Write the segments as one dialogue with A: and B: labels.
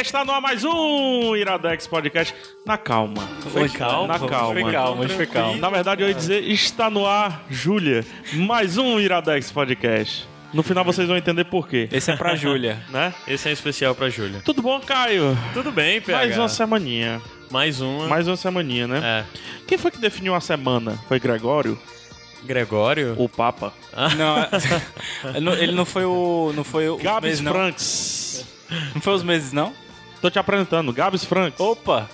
A: Está no ar mais um Iradex Podcast. Na calma.
B: Foi calma,
A: Na calma.
B: foi calma, hoje foi calma.
A: Na verdade, eu ia dizer, está no ar, Júlia. Mais um Iradex Podcast. No final vocês vão entender por quê,
B: Esse é pra Júlia.
A: né?
C: Esse é especial pra Júlia.
A: Tudo bom, Caio?
C: Tudo bem, PH.
A: Mais uma semaninha.
C: Mais uma.
A: Mais uma semaninha, né?
C: É.
A: Quem foi que definiu a semana? Foi Gregório?
C: Gregório?
A: O Papa?
B: Não, é- não, ele não foi o. Não foi o. os
A: Gabs
B: meses, não.
A: Franks.
B: não foi os meses, não?
A: Tô te apresentando, Gabs Franks.
B: Opa!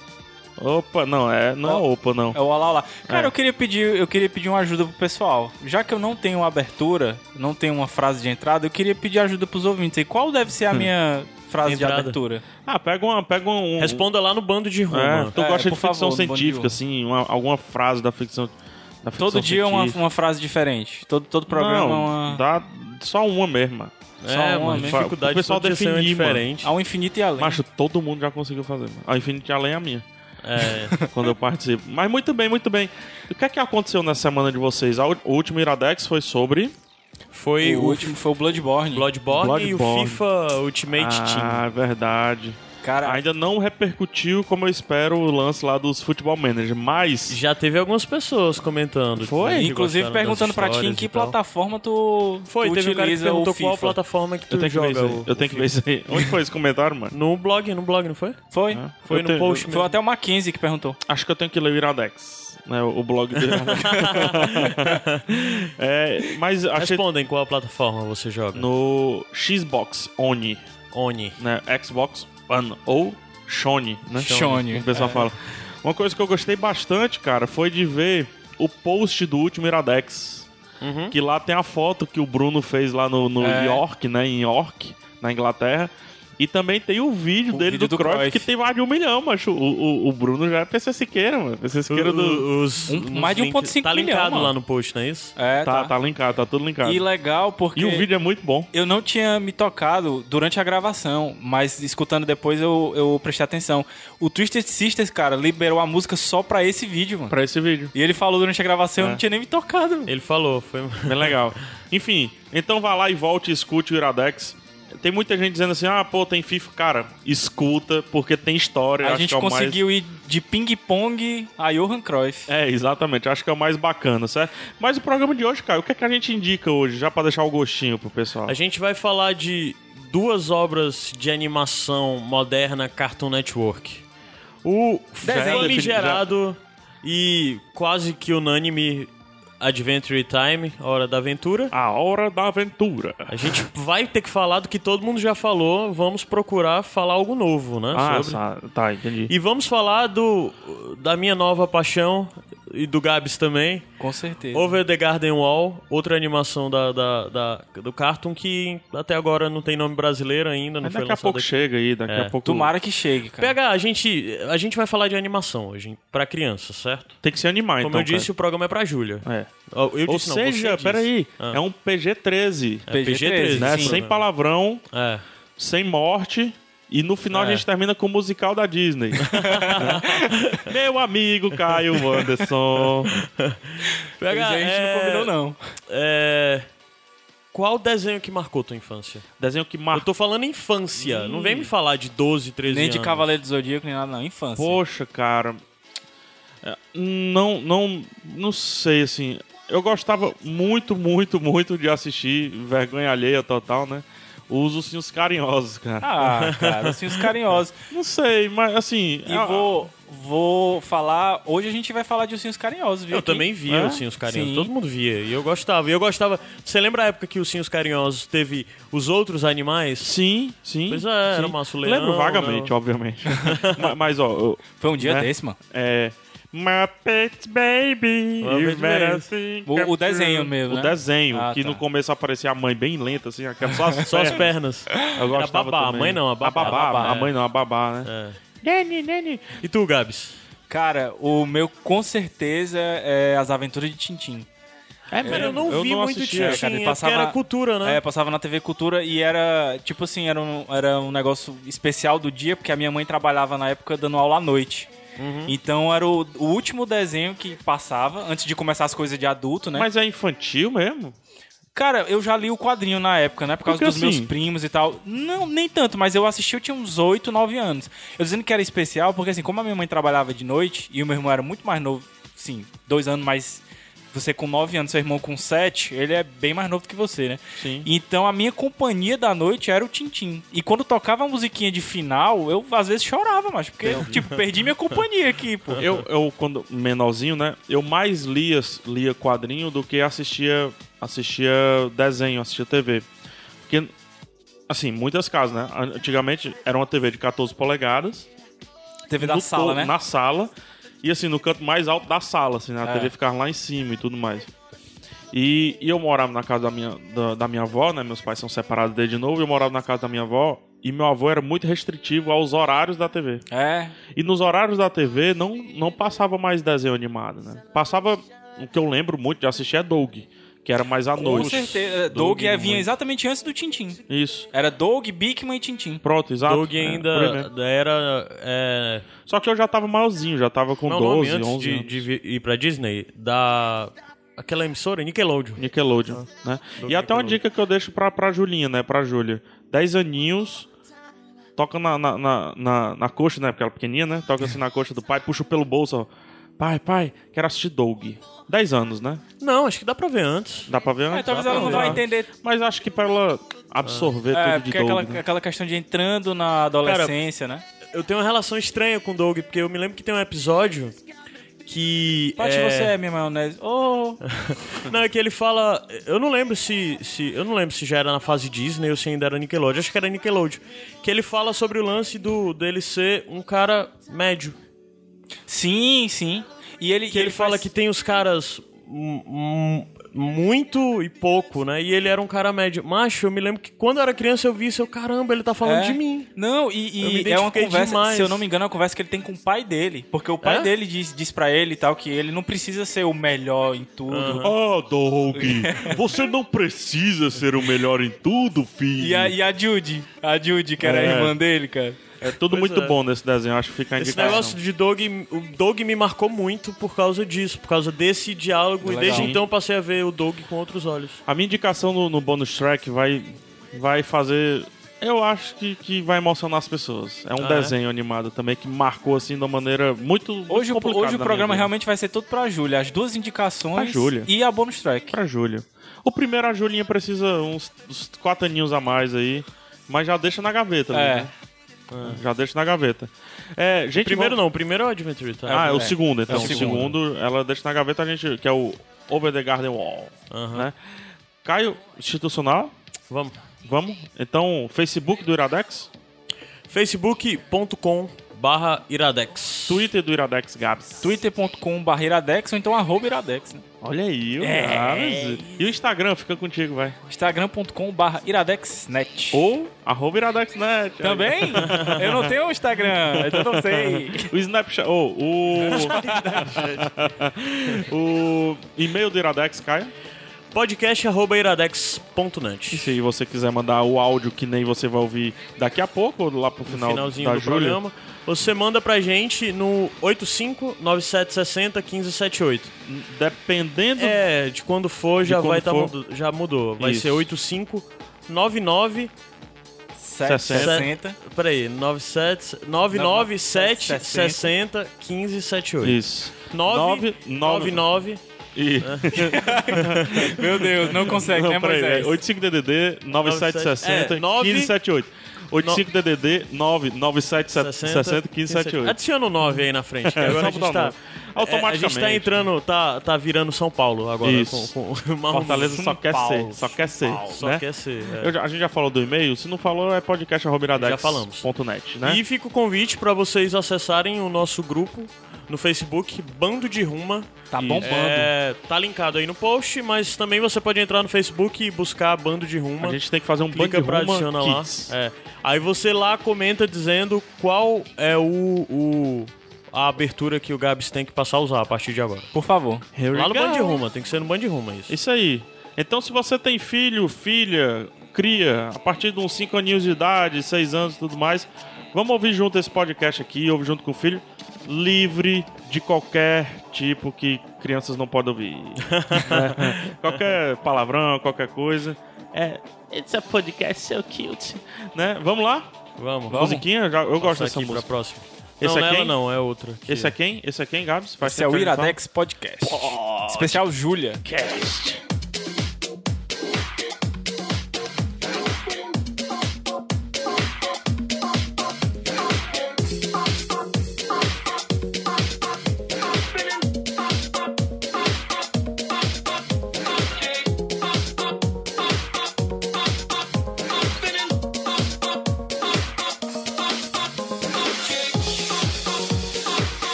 A: Opa, não, é, não é opa, não.
B: É o Olá Olá. Cara,
A: É.
B: eu queria pedir, eu queria pedir uma ajuda pro pessoal. Já que eu não tenho abertura, não tenho uma frase de entrada, eu queria pedir ajuda pros ouvintes aí. Qual deve ser a minha frase de
C: Hum. Entrada.
B: abertura?
A: Ah, pega, uma, pega um...
C: Responda lá no bando de
A: É,
C: Roma.
A: tu
B: É,
A: gosta de
B: por
A: ficção
B: favor, no
A: científica,
B: Bonjour.
A: assim, uma- alguma frase da ficção. Da ficção
B: Todo dia é uma,
A: científica.
B: uma frase diferente. Todo, todo programa é
A: Não,
B: uma.
A: dá só uma mesmo.
B: só
C: é,
B: uma,
C: mano,
B: né?
C: dificuldade
A: O pessoal
C: de produção
A: definir,
C: é diferente.
B: Ao infinito e além.
A: Macho, todo mundo já conseguiu fazer. mano. A Infinity Além é a minha,
C: É.
A: quando eu participo. Mas muito bem, muito bem. O que é que aconteceu na semana de vocês? A ú- O último Iradex foi sobre.
C: Foi
B: E
C: o,
B: o último foi o Bloodborne.
C: Bloodborne, e o
A: Bloodborne.
C: FIFA Ultimate Team.
A: Ah, é verdade.
B: Cara,
A: Ainda não repercutiu como eu espero o lance lá dos Futebol Manager, mas.
C: Já teve algumas pessoas comentando.
A: Foi?
C: né, que
B: inclusive
C: gostaram
B: perguntando
C: das
B: pra ti em
C: histórias
B: que
C: e tal.
B: plataforma tu,
C: Foi,
B: tu
C: teve um cara que
B: utiliza
C: perguntou
B: o FIFA.
C: qual plataforma que tu
A: Eu tenho que ver
C: joga.
A: isso aí.
C: o-
A: Eu tenho que ver isso aí. Onde foi esse comentário, mano?
C: No blog, no blog, não foi?
B: Foi.
C: Foi
A: Eu
C: no
A: tenho-
C: post
B: Foi
C: mesmo.
B: até o Mackenzie que perguntou.
A: Acho que eu tenho que ler o Iradex, né? O o blog do Iradex. É, mas achei
C: Respondem qual plataforma você joga.
A: no Xbox One,
C: Oni.
A: né? Xbox One ou Sony, né?
B: Sony. é.
A: Como o pessoal fala. Uma coisa que eu gostei bastante, cara, foi de ver o post do último Iradex. Que lá tem a foto que o Bruno fez lá no, no
B: Uhum. É.
A: York, né? Em York, na Inglaterra. E também tem o vídeo
B: O
A: dele
B: vídeo
A: do,
B: do
A: Cruyff,
B: Cruyff.
A: que tem mais de um milhão, macho. O, o, o Bruno já é PC Siqueira, mano. PC Siqueira do,
C: Os-
B: Um-
C: nos
B: mais de
C: links-
B: 1,5
C: Tá
B: milhão,
C: linkado
B: mano.
C: lá no post, não é isso?
B: É,
A: Tá,
B: tá.
A: tá linkado, tá tudo linkado.
B: E
A: E,
B: legal porque
A: o vídeo é muito bom.
B: eu não tinha me tocado durante a gravação, mas escutando depois eu, eu prestei atenção. O Twisted Sisters, cara, liberou a música só pra esse vídeo, mano.
A: Pra É. esse vídeo.
B: E ele falou durante a gravação, eu não tinha nem me tocado. mano.
C: É. Ele falou, foi.
A: Bem legal. Enfim, então vá lá e volte e escute o Iradex. Tem muita gente dizendo assim, ah, pô, tem FIFA. Cara, escuta, porque tem história.
B: A
A: acho
B: gente
A: que é o mais-
B: conseguiu ir de ping-pong a Johan Cruyff.
A: É, exatamente. Acho que é o mais bacana, certo? Mas o programa de hoje, cara, o que é que a gente indica hoje? Já pra deixar o gostinho pro pessoal.
C: A gente vai falar de duas obras de animação moderna Cartoon Network. O
A: Desenho
C: famigerado e quase que unânime Adventure Time, Hora da Aventura.
A: A Hora da Aventura.
C: A gente vai ter que falar do que todo mundo já falou, vamos procurar falar algo novo, né?
A: Ah,
C: sobre.
A: sa- tá, entendi.
C: E vamos falar do da minha nova paixão e do Gabs também,
B: Com certeza.
C: Over the Garden Wall, outra animação da, da- da- do Cartoon que até agora não tem nome brasileiro ainda, não
A: Mas
C: foi
A: daqui a
C: lançado
A: pouco
C: aqui.
A: chega aí, daqui a
C: É.
A: pouco...
B: Tomara que chegue, cara.
C: Pega, a gente, a gente vai falar de animação hoje, pra criança, certo?
A: Tem que se animar,
C: Como
A: então,
C: eu disse, o programa é pra Júlia.
A: cara. É.
C: Ó, Eu
A: Ou
C: disse, não, você
A: seja,
C: disse.
A: peraí,
C: Ah.
A: é um PG-13,
C: É PG-13,
A: né?
C: sim.
A: Sem palavrão,
C: É.
A: sem morte. E no final
C: É.
A: a gente termina com o musical da Disney. Né? Meu amigo Caio Anderson.
C: Pega,
B: a gente
C: é,
B: não combinou, não.
C: é, Qual desenho que marcou tua infância?
A: Desenho que
C: Eu
A: marcou.
C: tô falando infância, não vem me falar de 12, 13
B: Nem
C: anos.
B: de Cavaleiro do Zodíaco, nem nada, não. Infância.
A: Poxa, cara. É, Não, não, não sei, assim. Eu gostava muito, muito, muito de assistir Vergonha Alheia Total, né? Os Ursinhos Carinhosos, cara.
B: Ah, cara, assim, os carinhosos.
A: Não sei, mas assim...
B: E
A: é-
B: vou, vou falar. Hoje a gente vai falar de ursinhos carinhosos, viu?
C: Eu
B: Aqui.
C: também via
A: É?
C: os Ursinhos Carinhosos,
B: Sim.
C: todo mundo via, e eu gostava. E eu gostava... Você lembra a época que os Ursinhos Carinhosos teve os outros animais?
A: Sim, sim.
C: Pois é, era
A: sim.
C: Márcio Leão,
A: Lembro vagamente,
C: né?
A: obviamente. mas, mas, ó, eu-
B: Foi um dia
A: né?
B: desse, mano.
A: É, Muppet Baby,
C: Muppet
A: you better
C: Baby.
A: think
B: O- o
A: of
B: desenho
A: you.
B: mesmo,
A: O
B: né?
A: desenho,
B: Ah,
A: que
B: tá.
A: no começo aparecia a mãe bem lenta, assim, aquela só as,
C: Só as
A: pernas.
C: pernas.
A: Eu
C: Era
A: gostava
C: babá, a
A: também.
C: mãe não, a babá.
A: A babá,
C: A babá,
A: a
C: é.
A: mãe não, a babá, né?
C: Nene, nene. E tu, Gabs?
B: Cara, o meu com certeza é As Aventuras de Tintim.
A: É,
C: Cara, eu não
A: eu
C: vi
A: não
C: muito
A: assistia,
C: Tintin,
B: cara, ele
C: é
B: passava-
C: porque era cultura, né?
B: É, passava na TV Cultura e era, tipo assim, era um, era um negócio especial do dia, porque a minha mãe trabalhava na época dando aula à noite. Então era o, o último desenho que passava, antes de começar as coisas de adulto, né?
A: Mas é infantil mesmo?
B: Cara, eu já li o quadrinho na época, né? Por causa
A: Porque
B: dos meus
A: assim-
B: assim, é
C: Sim.
B: Então a minha companhia da noite era o Tintim. E quando tocava a musiquinha de final, eu às vezes chorava, mas porque eu, tipo, perdi minha companhia aqui, pô.
A: Eu, eu, quando menorzinho, né? Eu mais lia, lia quadrinho do que assistia, assistia desenho, assistia TV. Porque, assim, muitas casas, né? Antigamente era uma TV de 14 polegadas.
B: Teve da
A: no
B: sala,
A: to-
B: né?
A: Na sala. E assim, no canto mais alto da sala, assim, né? A
B: É.
A: TV ficava lá em cima e tudo mais. E, e eu morava na casa da minha, da, da minha avó, né? Meus pais são separados desde novo. Eu morava na casa da minha avó. E meu avô era muito restritivo aos horários da TV.
B: É.
A: E nos horários da TV não, não passava mais desenho animado, né? Passava. O que eu lembro muito de assistir é Doug, que era mais à
B: Com
A: noite.
B: certeza. Doug,
A: Doug
B: vinha
A: muito.
B: exatamente antes do Tintim.
A: Isso.
B: Era Doug, Bigman e Tintim.
A: Pronto, exato.
C: Doug
A: É, por aí
C: ainda
A: mesmo.
C: era. É,
A: Só que eu já tava maiorzinho, já tava com
C: como é o
A: 12,
C: nome antes
A: 11
C: de,
A: anos.
C: de vi- ir pra Disney? Da. Aquela emissora? Nickelodeon.
A: Nickelodeon, né? E até uma dica que eu deixo pra, pra Julinha, né? Pra Júlia. 10 aninhos, toca na, na, na, na- na coxa, né? Porque ela é pequenininha, né? Toca assim na coxa do pai, puxa pelo bolso, ó. Pai, pai, quero assistir Doug. 10 anos, né?
C: Não, acho que dá pra ver antes.
A: Dá pra ver
B: É,
A: antes?
B: talvez
A: Dá
B: ela
A: pra
B: não
A: ver
B: vai
A: antes.
B: entender.
A: Mas acho que pra ela
C: tipo
A: absorver
B: É,
A: tudo de
B: porque
A: Doug,
B: aquela,
A: né?
B: aquela questão de entrando na adolescência, né?
C: Eu tenho uma relação estranha com o Doug, porque eu me lembro que tem um episódio que.
B: Paty, você é minha maionese. Oh,
C: Não, é que ele fala. Eu não lembro se, se. Eu não lembro se já era na fase Disney ou se ainda era Nickelodeon. Acho que era Nickelodeon. Que ele fala sobre o lance do dele ser um cara médio.
B: sim, sim. E ele,
C: Que ele fala que tá tem os caras mu- mu- muito e pouco, né? E ele era um cara médio. Macho, eu me lembro que quando eu era criança eu vi isso, eu, caramba, ele tá falando
B: É?
C: de mim.
B: Não,
C: Eu me
B: e- e, é uma
C: identifiquei
B: conversa,
C: demais.
B: se eu não me engano, é uma conversa que ele tem com o pai dele. Porque o pai
C: É?
B: dele diz, diz pra ele e tal que ele não precisa ser o melhor em tudo.
A: Ah, Doug, você não precisa ser o melhor em tudo, filho.
B: E, a, e a Judy, a Judy, que era
A: É.
B: a irmã dele, cara.
A: É tudo
C: Pois
A: muito
C: é.
A: bom nesse desenho, acho que fica a
C: Esse
A: indicação.
C: negócio de Doug, o Doug me marcou muito por causa disso, por causa desse diálogo.
B: Legal.
C: E desde
B: Sim.
C: então eu passei a ver o Doug com outros olhos.
A: A minha indicação no, no bonus track vai, vai fazer. Eu acho que, que vai emocionar as pessoas. É um
C: Ah, é?
A: desenho animado também que marcou assim de uma maneira muito. muito
B: Hoje, o-
A: complicada
B: hoje o
A: na
B: programa
A: minha vida.
B: realmente vai ser todo pra Júlia. As duas indicações
A: Pra Júlia.
B: e a bonus track.
A: Pra Júlia. O primeiro, a Julinha precisa uns, uns quatro aninhos a mais aí. Mas já deixa na gaveta,
B: É.
A: né? É, Já deixa na gaveta. É, gente,
C: Primeiro
A: vamos-
C: não, o primeiro é o Adventure Time.
A: Ah, é, o
B: é.
A: segundo, então.
B: É
A: o
B: o
A: segundo. ela deixa na gaveta a gente, que é o Over the Garden Wall. Né? Caio, institucional,
C: Vamos.
A: vamos. Então, Facebook do Iradex,
C: facebook.com barra iradex.
A: Twitter do Iradex Gabs.
B: twitter.com iradex ou então arroba iradex, né?
A: Olha aí, o
B: É.
A: Gabs. E o Instagram, fica contigo, vai.
B: instagram.com iradexnet.
A: Ou arroba IradexNet.
B: Também? Eu não tenho Instagram, então não sei.
A: O Snapchat. Ou o. o e-mail do Iradex, Caio.
C: Podcast arroba iradex.net.
A: E se você quiser mandar o áudio que nem você vai ouvir daqui a pouco, ou lá pro final
C: Finalzinho
A: da
C: do
A: Tá, Júlia.
C: programa. Você manda pra gente no 85-9760-1578.
A: Dependendo
C: É, de quando for, já
A: quando
C: vai tá
A: for.
C: mudo- já mudou. Vai
A: Isso.
C: ser 85 99
B: 760.
C: Peraí, 97 997 60 1578.
A: Isso.
C: 9
A: nove-
C: 99
A: E...
B: Meu Deus, não consegue, né,
A: Não, peraí, é
B: Moisés?
A: 85DDD 9760
C: É, nove-
A: 1578. 85DDD 9760 1578.
C: Adiciona o 9 aí na frente, que agora a
A: só
C: gente
A: botar o
C: tá...
A: nove.
C: é, a gente tá
A: Automaticamente.
C: entrando, tá, tá virando São Paulo agora.
A: Isso.
C: Com, com,
A: Fortaleza só quer
B: Paulo,
A: ser. Só quer ser.
B: Paulo,
C: Só
A: né?
C: quer ser. é.
A: Eu já- a gente já falou do e-mail. Se não falou, é podcast.iradex.net,
C: Já falamos.
A: né?
C: E fica o convite pra vocês acessarem o nosso grupo no Facebook, Bando de Ruma.
B: Tá bombando.
C: É, tá linkado aí no post, mas também você pode entrar no Facebook e buscar Bando de Ruma.
A: A gente tem que fazer um
C: Clica
A: bando de
C: pra
A: Ruma
C: adiciona lá.
A: Kids.
C: É. Aí você lá comenta dizendo qual é o, o- a abertura que o Gabs tem que passar a usar a partir de agora.
B: Por favor.
A: Here
C: Lá
A: we
C: no
A: go.
C: É. Band Ruma, tem que ser no Band Ruma isso.
A: Isso aí. Então, se você tem filho, filha, cria, a partir de uns 5 aninhos de idade, 6 anos e tudo mais, vamos ouvir junto esse podcast aqui, ouvir junto com o filho, livre de qualquer tipo que crianças não podem ouvir. É. qualquer palavrão, qualquer coisa. É, it's a podcast so cute. Né? Vamos lá?
C: Vamos,
A: Musiquinha? Já- Eu gosto
C: Passar
A: dessa
C: aqui pra
A: música.
C: próxima.
A: Esse é
C: não, não é ela
A: quem?
C: não, é outra. que
A: Esse é quem? Esse é quem, Gabs? Faz então?
B: Esse é
A: tempo que
B: o
A: a gente não
B: Iradex Podcast. Especial Júlia.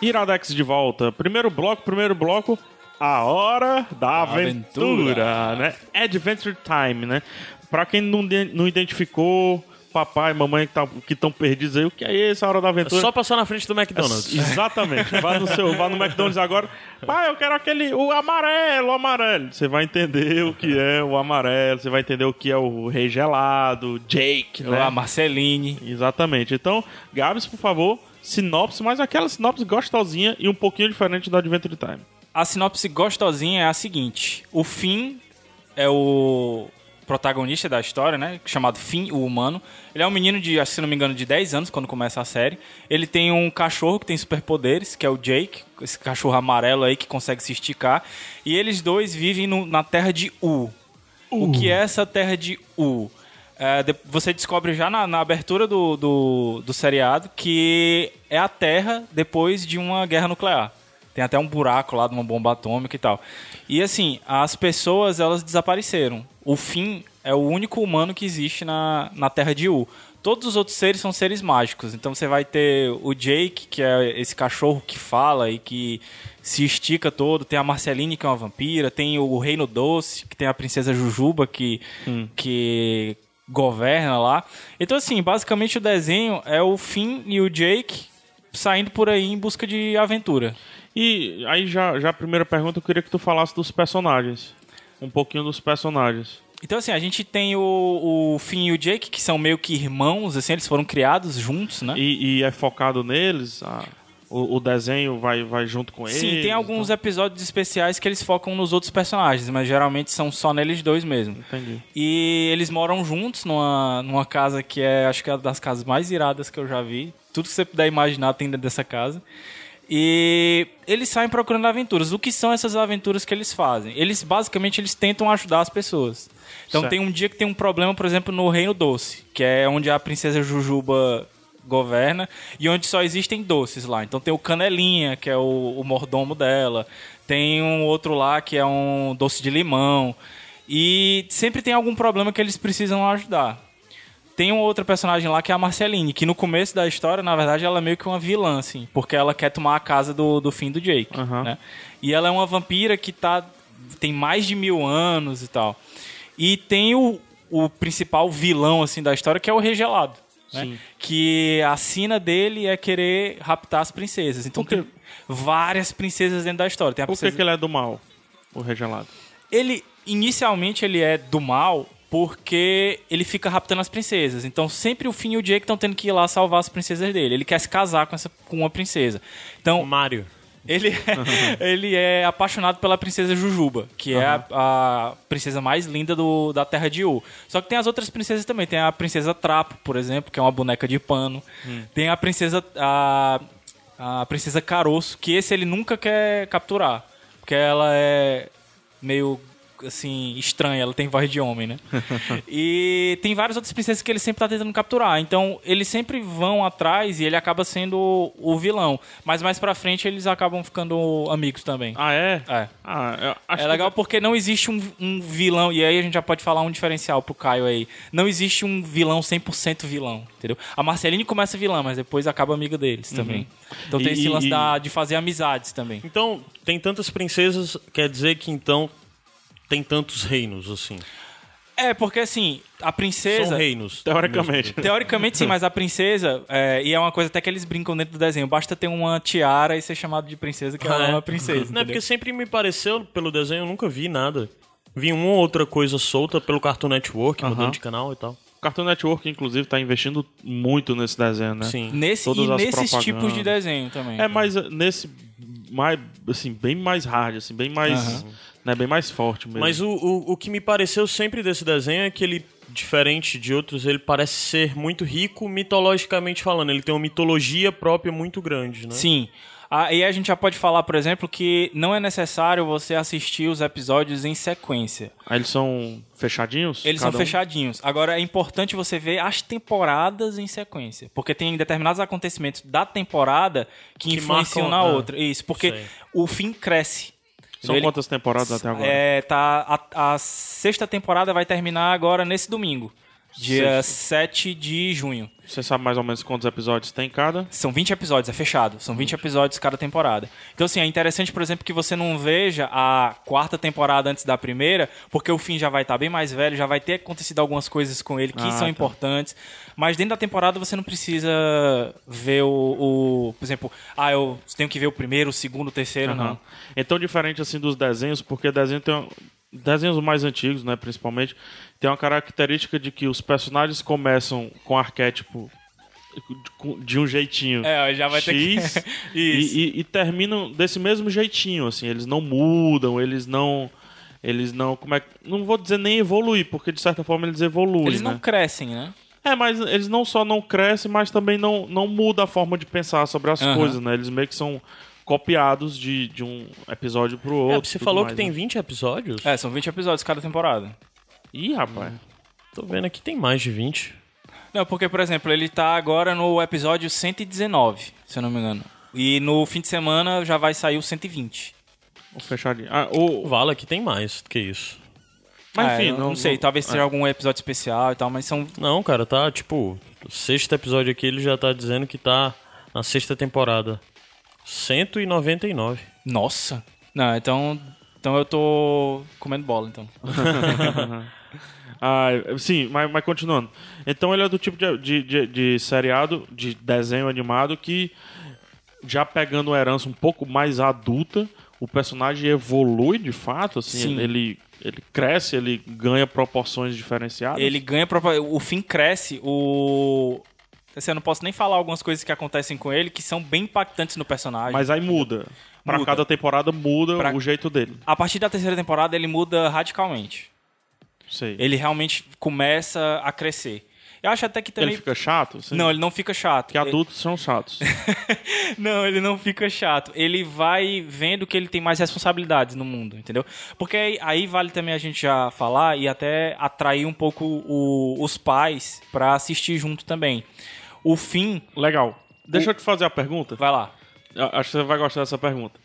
A: Iradex de volta. Primeiro bloco, primeiro bloco. A hora da aventura, né? Adventure Time, né? Pra quem não, de- não identificou, papai, mamãe que tá- que estão perdidos aí, o que é isso, a hora da
C: É
A: aventura? É,
C: só passar na frente do McDonald's.
A: Exatamente. Vá no, seu, vá no McDonald's agora. Pai, eu quero aquele. O amarelo, o amarelo. Você vai entender o que é o amarelo, você vai entender o que é o rei gelado, Jake,
C: É.
A: né?
B: A Marceline.
A: Exatamente. Então, Gabs, por favor, sinopse, mas aquela sinopse gostosinha e um pouquinho diferente do Adventure Time.
B: A sinopse gostosinha é a seguinte: o Finn é o protagonista da história, né? Chamado Finn, o humano. Ele é um menino de, acho que se não me engano, de 10 anos quando começa a série. Ele tem um cachorro que tem superpoderes, que é o Jake, esse cachorro amarelo aí que consegue se esticar. E eles dois vivem no- na terra de U. O que é essa terra de U? É, de- você descobre já na, na abertura do, do, do seriado que é a Terra depois de uma guerra nuclear. Tem até um buraco lá de uma bomba atômica e tal. E assim, as pessoas elas desapareceram. O fim é o único humano que existe na, na Terra de U. Todos os outros seres são seres mágicos. Então você vai ter o Jake, que é esse cachorro que fala e que se estica todo. Tem a Marceline, que é uma vampira. Tem o Reino Doce, que tem a princesa Jujuba, que, que governa lá. Então, assim, basicamente o desenho é o Finn e o Jake saindo por aí em busca de aventura.
A: E aí, já, já a primeira pergunta, eu queria que tu falasse dos personagens. Um pouquinho dos personagens.
B: Então, assim, a gente tem o, o Finn e o Jake, que são meio que irmãos, assim, eles foram criados juntos, né?
A: E, e é focado neles? A- o, o desenho vai, vai junto com eles? então.
B: Sim, tem alguns episódios especiais que eles focam nos outros personagens, mas geralmente são só neles dois mesmo.
A: Então, Entendi.
B: E eles moram juntos numa, numa casa que é, acho que é uma das casas mais iradas que eu já vi. Tudo que você puder imaginar tem dentro dessa casa. E eles saem procurando aventuras. O que são essas aventuras que eles fazem? Eles basicamente eles tentam ajudar as pessoas. Então
A: Certo.
B: tem um dia que tem um problema, por exemplo, no Reino Doce, que é onde a princesa Jujuba governa e onde só existem doces lá. Então tem o Canelinha, que é o, o mordomo dela, tem um outro lá que é um doce de limão. E sempre tem algum problema que eles precisam ajudar. Tem uma outra personagem lá que é a Marceline, que no começo da história, na verdade, ela é meio que uma vilã, assim, porque ela quer tomar a casa do, do fim do Jake,
A: Aham.
B: né? E ela é uma vampira que tá, tem mais de mil anos e tal. E tem o, o principal vilão, assim, da história, que é o Regelado, né? Que a sina dele é querer raptar as princesas. Então
A: Por quê?
B: tem várias princesas dentro da história. Tem a
A: Por que,
B: princesa
A: que ele é do mal, o regelado?
B: ele inicialmente ele é do mal porque ele fica raptando as princesas. Então sempre o Finn e o Jake estão tendo que ir lá salvar as princesas dele. Ele quer se casar com essa com uma princesa.
C: O
B: Então
C: Mario.
B: Ele é, ele é apaixonado pela princesa Jujuba, que é a, a princesa mais linda do, da Terra de U. Só que tem as outras princesas também. Tem a princesa Trapo, por exemplo, que é uma boneca de pano. Tem a princesa a, a princesa Caroço, que esse ele nunca quer capturar, porque ela é meio assim estranha, ela tem voz de homem, né? e tem várias outras princesas que ele sempre tá tentando capturar. Então, eles sempre vão atrás e ele acaba sendo o- o vilão, mas mais pra frente eles acabam ficando amigos também.
A: Ah, é?
B: É.
A: Ah, eu acho
B: É legal porque não existe um, um vilão, e aí a gente já pode falar um diferencial pro Caio aí. Não existe um vilão 100% vilão, entendeu? A Marceline começa vilã, mas depois acaba amiga deles também. Então tem
A: Uhum. E-
B: esse lance
A: e-
B: da- de fazer amizades também.
C: Então, tem tantas princesas, quer dizer que então tem tantos reinos, assim.
B: É, porque assim, a princesa.
A: um
C: São reinos.
A: Teoricamente.
B: Teoricamente sim, mas a princesa, é, e é uma coisa até que eles brincam dentro do desenho, basta ter uma tiara e ser chamado de princesa, que ela é uma princesa.
C: Não, é
B: entendeu?
C: porque sempre me pareceu, pelo desenho, eu nunca vi nada. Vi uma ou outra coisa solta pelo Cartoon Network, mudando de canal e tal.
A: O Cartoon Network, inclusive, tá investindo muito nesse desenho, né?
C: Sim.
B: Nesse,
A: Todas
B: e
A: as
B: nesses
A: propagandas.
B: tipos de desenho também.
A: É mais eh, nesse. Mais, assim, bem mais hard, assim, bem mais. Né, bem mais forte mesmo.
C: Mas o, o, o que me pareceu sempre desse desenho é que ele, diferente de outros, ele parece ser muito rico mitologicamente falando. Ele tem uma mitologia própria muito grande, né?
B: Sim. Aí a gente já pode falar, por exemplo, que não é necessário você assistir os episódios em sequência.
A: Aí eles são fechadinhos?
B: Eles
A: cada
B: são
A: um?
B: fechadinhos. Agora é importante você ver as temporadas em sequência, porque tem determinados acontecimentos da temporada que,
C: Que
B: influenciam
C: marcam-
B: na
C: ah,
B: outra. Isso, porque
C: sei.
B: o fim cresce.
A: São
B: Ele-
A: quantas temporadas até agora?
B: É, tá, a, a sexta temporada vai terminar agora nesse domingo, dia 7 de junho.
A: Você sabe mais ou menos quantos episódios tem cada?
B: São 20 episódios, é fechado. São 20 episódios cada temporada. Então, assim, é interessante, por exemplo, que você não veja a quarta temporada antes da primeira, porque o fim já vai estar bem mais velho, já vai ter acontecido algumas coisas com ele que
A: Ah,
B: são
A: tá.
B: importantes. Mas dentro da temporada você não precisa ver o. o- por exemplo, ah, eu tenho que ver o primeiro, o segundo, o terceiro,
A: Aham.
B: não.
A: Então, diferente assim dos desenhos, porque desenho tem um- desenhos mais antigos, né, principalmente, tem uma característica de que os personagens começam com arquétipo de- de um jeitinho.
B: É, já vai ter que-
A: X,
B: Isso.
A: E, e- e terminam desse mesmo jeitinho, assim, eles não mudam, eles não eles não, como é, que- não vou dizer nem evoluir, porque de certa forma eles evoluem,
B: Eles
A: né?
B: não crescem, né?
A: É, mas eles não só não crescem, mas também não, não muda a forma de pensar sobre as
B: Aham.
A: coisas, né? Eles meio que são copiados de, de um episódio pro
C: É,
A: outro.
C: você
A: tudo
C: falou
A: mais,
C: que tem
A: Né?
C: 20 episódios?
B: É, são 20 episódios cada temporada.
A: Ih, rapaz.
C: Tô vendo aqui tem mais de 20.
B: Não, porque, por exemplo, ele tá agora no episódio 119, se eu não me engano. E no fim de semana já vai sair o 120.
A: Vou fechar ali. Ah, o...
C: Vala aqui tem mais do que isso.
A: Mas
B: Ah,
A: enfim,
B: eu não, sei, talvez
A: é.
B: seja algum episódio especial e tal, mas são.
C: Não, cara, tá tipo. O sexto episódio aqui ele já tá dizendo que tá na sexta temporada. 199.
B: Nossa! Não, então. Então eu tô comendo bola, então.
A: Ah, sim, mas, mas continuando. Então ele é do tipo de, de, de- de seriado, de desenho animado, que já pegando uma herança um pouco mais adulta, o personagem evolui de fato, assim,
B: Sim.
A: ele ele cresce, ele ganha proporções diferenciadas.
B: Ele ganha. propa- O fim cresce, o. Assim, eu não posso nem falar algumas coisas que acontecem com ele que são bem impactantes no personagem.
A: Mas aí muda. Pra
B: Muda.
A: cada temporada muda
B: Pra-
A: o jeito dele.
B: A partir da terceira temporada ele muda radicalmente.
A: Sei. Ele,
B: Ele realmente começa a crescer. Eu acho até que também.
A: fica chato? Assim?
B: Não, ele não fica chato.
A: Porque
B: Ele-
A: adultos são chatos.
B: Não, ele não fica chato. Ele vai vendo que ele tem mais responsabilidades no mundo, entendeu? Porque aí, aí vale também a gente já falar e até atrair um pouco o- os pais pra assistir junto também. O fim,
A: Legal. Deixa eu te fazer a pergunta.
B: vai lá.
A: Eu Acho que você vai gostar dessa pergunta.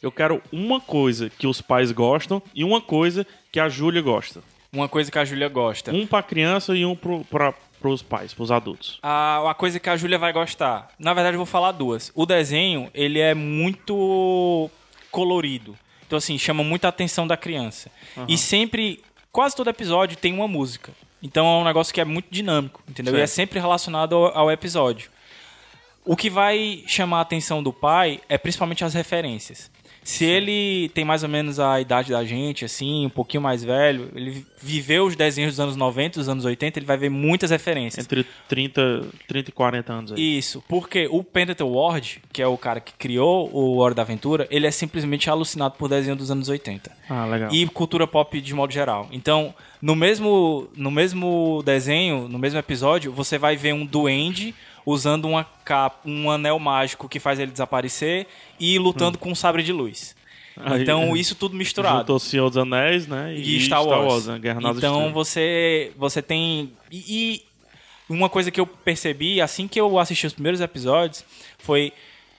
A: Eu quero uma coisa que os pais gostam e uma coisa que a Júlia gosta.
B: Uma coisa que a Júlia gosta.
A: Um pra criança e um pro, pra, pros pais, pros adultos.
B: A, uma coisa que a Júlia vai gostar. Na verdade, eu vou falar duas. O desenho, ele é muito colorido. Então, assim, chama muita atenção da criança. E sempre, quase todo episódio tem uma música. Então é um negócio que é muito dinâmico, entendeu? E é
A: Certo.
B: sempre relacionado ao, ao episódio. O que vai chamar a atenção do pai é principalmente as referências. Se ele tem mais ou menos a idade da gente, assim, um pouquinho mais velho, ele viveu os desenhos dos anos 90, dos anos 80, ele vai ver muitas referências.
A: Entre 30, 30 e 40 anos aí.
B: Isso, porque o Pendleton Ward, que é o cara que criou o Hora da Aventura, ele é simplesmente alucinado por desenho dos anos 80.
A: Ah, legal.
B: E cultura pop de modo geral. Então, no mesmo, no mesmo desenho, no mesmo episódio, você vai ver um duende usando uma capa, um anel mágico que faz ele desaparecer e lutando com um sabre de luz.
A: Hum. Aí,
B: então,
A: é.
B: isso tudo misturado
A: Juntou Senhor dos Anéis, né?
B: e Star Wars.
A: né? Guerra nas
B: então
A: Estrelas.
B: você você tem e, e uma coisa que eu percebi assim que eu assisti os primeiros episódios foi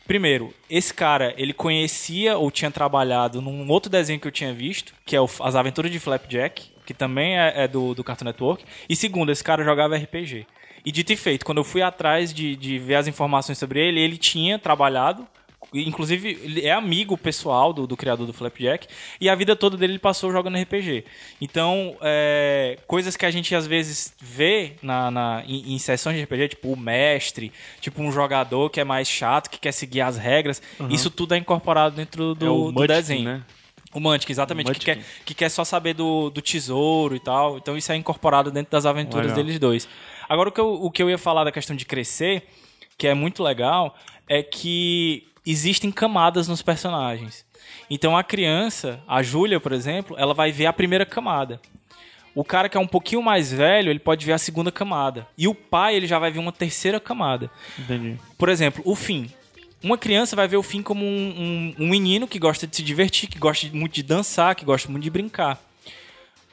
B: primeiro esse cara ele conhecia ou tinha trabalhado num outro desenho que eu tinha visto que é o F- as Aventuras de Flapjack que também é, é do, do Cartoon Network e segundo esse cara jogava RPG e dito e feito quando eu fui atrás de, de ver as informações sobre ele ele tinha trabalhado Inclusive, ele é amigo pessoal do, do criador do Flapjack. E a vida toda dele ele passou jogando RPG. Então, é, coisas que a gente às vezes vê na, na- em, em sessões de RPG, tipo o mestre, tipo um jogador que é mais chato, que quer seguir as regras. Isso tudo é incorporado dentro
A: Uhum. É
B: do,
A: o
B: do
A: Munchkin,
B: desenho.
A: né?
B: O Mantic, exatamente,
A: O
B: que, quer,
A: Munchkin.
B: que quer só saber do, do tesouro e tal. Então isso é incorporado dentro das aventuras
A: Legal.
B: deles dois. Agora, o que, eu, o que eu ia falar da questão de crescer, que é muito legal, é que existem camadas nos personagens. Então a criança, a Júlia, por exemplo, ela vai ver a primeira camada. O cara que é um pouquinho mais velho, ele pode ver a segunda camada. E o pai, ele já vai ver uma terceira camada.
A: Entendi.
B: Por exemplo, o fim. Uma criança vai ver o fim como um, um- um menino que gosta de se divertir, que gosta muito de dançar, que gosta muito de brincar.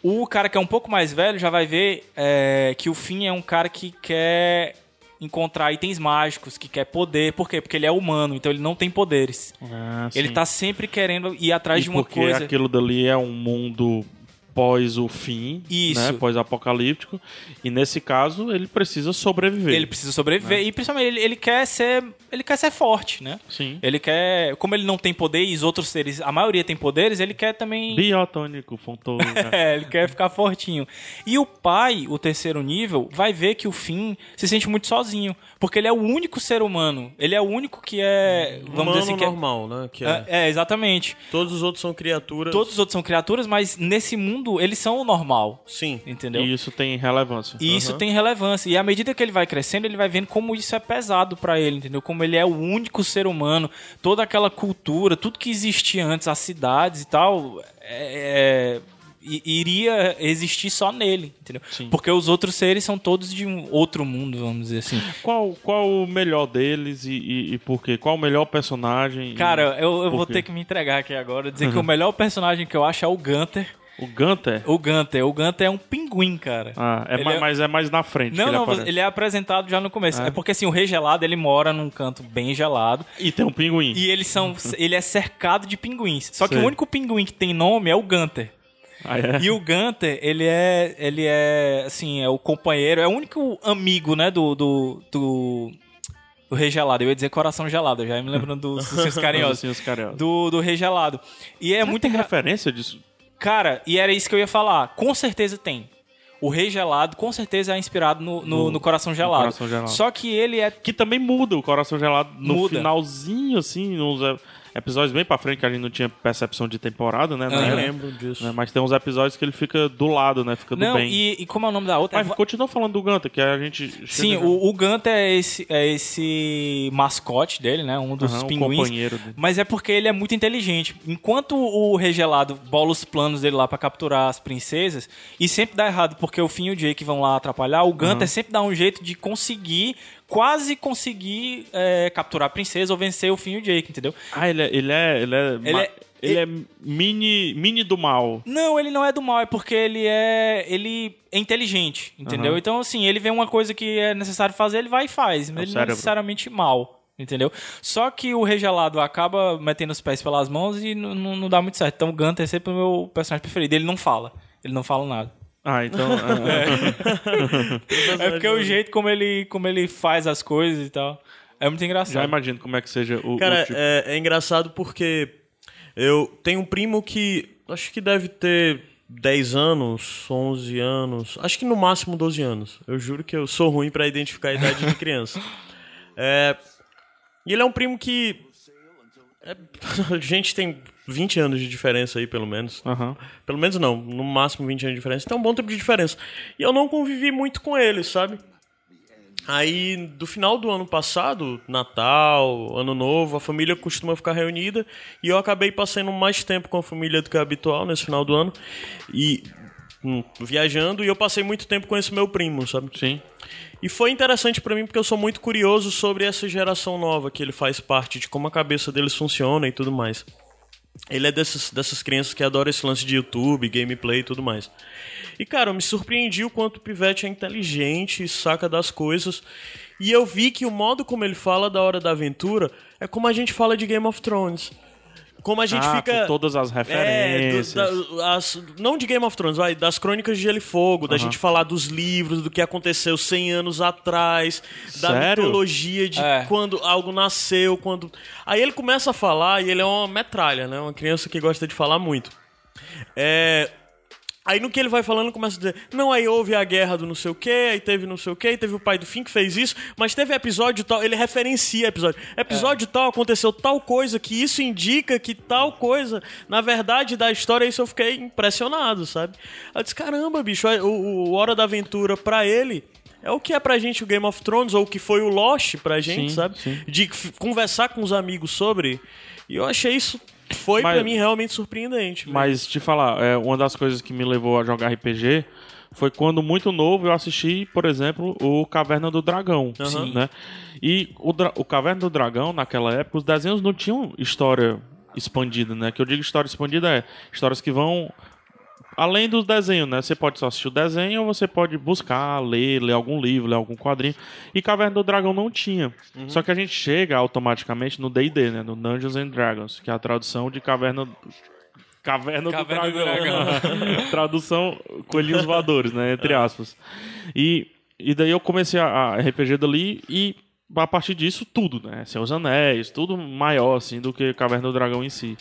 B: O cara que é um pouco mais velho já vai ver é, que o fim é um cara que quer encontrar itens mágicos, que quer poder. Por quê? Porque ele é humano, então ele não tem poderes.
A: Ah,
B: Ele
A: sim.
B: tá sempre querendo ir atrás
A: E
B: de uma
A: porque
B: coisa.
A: aquilo dali é um mundo pós o fim,
B: Isso.
A: né? Pós-apocalíptico. E nesse caso, ele precisa sobreviver.
B: Ele precisa sobreviver e principalmente ele, ele quer ser, ele quer ser forte, né?
A: né? Sim.
B: Ele quer, como ele não tem poder e os outros seres, a maioria tem poderes, ele quer também
A: Biotônico, fontou. né?
B: É, ele quer ficar fortinho. E o pai, o terceiro nível, vai ver que o Finn se sente muito sozinho. Porque ele é o único ser humano. Ele é o único que é. Vamos
C: Humano
B: dizer assim, que é-
C: normal, né? Que é-
B: é, é, exatamente.
C: Todos os outros são criaturas.
B: Todos os outros são criaturas, mas nesse mundo eles são o normal.
C: Sim.
B: Entendeu?
A: e isso tem relevância.
B: E isso
C: Aham.
B: tem relevância. E à medida que ele vai crescendo, ele vai vendo como isso é pesado pra ele, entendeu? Como ele é o único ser humano, toda aquela cultura, tudo que existia antes, as cidades e tal, é- é- i- iria existir só nele, entendeu?
A: Sim.
B: Porque os outros seres são todos de um outro mundo, vamos dizer assim.
A: Qual, qual o melhor deles e, e, e por quê? Qual o melhor personagem?
B: Cara, eu, eu
A: Por
B: vou
A: quê? Uhum.
B: ter que me entregar aqui agora, dizer que o melhor personagem que eu acho é o Gunter.
A: O Gunter?
B: O Gunter, o Gunter é um pinguim, cara.
A: Ah, é
B: Ele
A: mais,
B: é-
A: Mas é mais na frente que
B: Não,
A: ele
B: não,
A: aparece.
B: ele é apresentado já no começo. É porque assim, o rei gelado, ele mora num canto bem gelado.
A: E tem um pinguim.
B: é- E eles são. ele é cercado de pinguins. Só que
A: Sei.
B: o único pinguim que tem nome é o Gunter.
A: Ah, é?
B: E o Gunter, ele é. Ele é. Assim, é o companheiro, é o único amigo, né, do. do. do, do Rei Gelado. Eu ia dizer coração gelado, eu já ia me lembrando dos do Senhor
A: Mas,
B: Carinhosos.
A: assim, os caras...
B: Do, do Rei Gelado. E é muito
A: Tem
B: engra-
A: referência disso?
B: Cara, e era isso que eu ia falar. Com certeza tem. O Rei Gelado, com certeza, é inspirado no, no,
A: No-
B: no Coração Gelado.
A: Coração Gelado.
B: Só que ele é.
A: Que também muda o coração gelado no
B: Muda.
A: finalzinho, assim, nos eh, episódios bem pra frente, que a gente não tinha percepção de temporada, né? na
B: Aham.
C: Eu
A: época,
C: lembro disso.
A: né? Mas tem uns episódios que ele fica do lado, né? Fica do
B: Não,
A: bem.
B: e, e como é o nome da outra?
A: Mas continua falando do Ganta, que a gente. chega
B: Sim,
A: já-
B: o, o Ganta é esse, é esse mascote dele, né? Um dos
A: Aham, o
B: pinguins.
A: companheiro dele.
B: Mas é porque ele é muito inteligente. Enquanto o Regelado bola os planos dele lá pra capturar as princesas, e sempre dá errado porque o Finn e o Jake vão lá atrapalhar, o Ganta sempre dá um jeito de conseguir, quase conseguir é, capturar a princesa ou vencer o Finn e o Jake, entendeu?
A: Ah, ele é. Ele é. Ele é,
B: Ele
A: ma-
B: é-
A: ele é mini, mini do mal.
B: Não, ele não é do mal, é porque ele é. Ele é inteligente, entendeu?
A: Aham.
B: Então, assim, ele vê uma coisa que é necessário fazer, ele vai e faz. Mas
A: É o
B: ele não é
A: cérebro.
B: necessariamente mal, entendeu? Só que o regelado acaba metendo os pés pelas mãos e n- n- não dá muito certo. Então o Gunter é sempre o meu personagem preferido. Ele não fala. Ele não fala nada.
A: Ah, então. é, é.
B: É porque o jeito como ele, como ele faz as coisas e tal. É muito
A: já
B: engraçado.
A: imagino como é que seja o. o
C: Cara,
A: tipo.
C: é, é engraçado porque eu tenho um primo que acho que deve ter 10 anos, 11 anos, acho que no máximo 12 anos. Eu juro que eu sou ruim pra identificar a idade de criança. É, e ele é um primo que. é, a gente tem 20 anos de diferença aí, pelo menos.
A: Aham.
C: Pelo menos não, no máximo 20 anos de diferença. Então é um bom tempo de diferença. E eu não convivi muito com ele, sabe? Aí, do final do ano passado, Natal, Ano Novo, a família costuma ficar reunida e eu acabei passando mais tempo com a família do que é habitual nesse final do ano e hum, viajando e eu passei muito tempo com esse meu primo, sabe?
A: Sim.
C: E foi interessante pra mim porque eu sou muito curioso sobre essa geração nova que ele faz parte, de como a cabeça deles funciona e tudo mais. Ele é dessas, dessas crianças que adoram esse lance de YouTube, gameplay e tudo mais. E, cara, eu me surpreendi o quanto o Pivete é inteligente e saca das coisas. E eu vi que o modo como ele fala da Hora da Aventura é como a gente fala de Game of Thrones. Como a gente
A: Ah,
C: fica.
A: com todas as referências.
C: É, do- É, da- as- não de Game of Thrones, vai, das Crônicas de Gelo e Fogo, da gente falar dos livros, do que aconteceu 100 anos atrás, da
A: Sério?
C: mitologia de
B: É.
C: quando algo nasceu, quando. Aí ele começa a falar e ele é uma metralha, né? Uma criança que gosta de falar muito. É, Aí no que ele vai falando, começa a dizer: Não, aí houve a guerra do não sei o quê, aí teve não sei o quê, aí teve o pai do Finn que fez isso, mas teve episódio tal. Ele referencia episódio. Episódio
A: É.
C: tal, aconteceu tal coisa, que isso indica que tal coisa, na verdade, da história, isso eu fiquei impressionado, sabe? Eu disse: Caramba, bicho, o, o Hora da Aventura pra ele. É o que é pra gente o Game of Thrones, ou o que foi o Lost pra gente,
A: Sim,
C: sabe?
A: sim.
C: De f- conversar com os amigos sobre. E eu achei isso. Foi
A: Mas-
C: pra mim realmente surpreendente.
A: Mas te falar, é, uma das coisas que me levou a jogar RPG foi quando muito novo eu assisti, por exemplo, o Caverna do Dragão,
C: Sim.
A: né? E o, Dra- o Caverna do Dragão, naquela época, os desenhos não tinham história expandida, né? Que eu digo história expandida é histórias que vão além do desenho, né? Você pode só assistir o desenho ou você pode buscar, ler, ler algum livro, ler algum quadrinho. E Caverna do Dragão não tinha. Só que a gente chega automaticamente no D&D, né? No Dungeons and Dragons, que é a tradução de Caverna Caverna,
B: Caverna do
A: do Dragão. tradução Coelhinhos Voadores, né? Entre
C: É.
A: aspas. E, e daí eu comecei a, a RPG dali e a partir disso tudo, né? Seus Anéis, tudo maior assim do que Caverna do Dragão em si.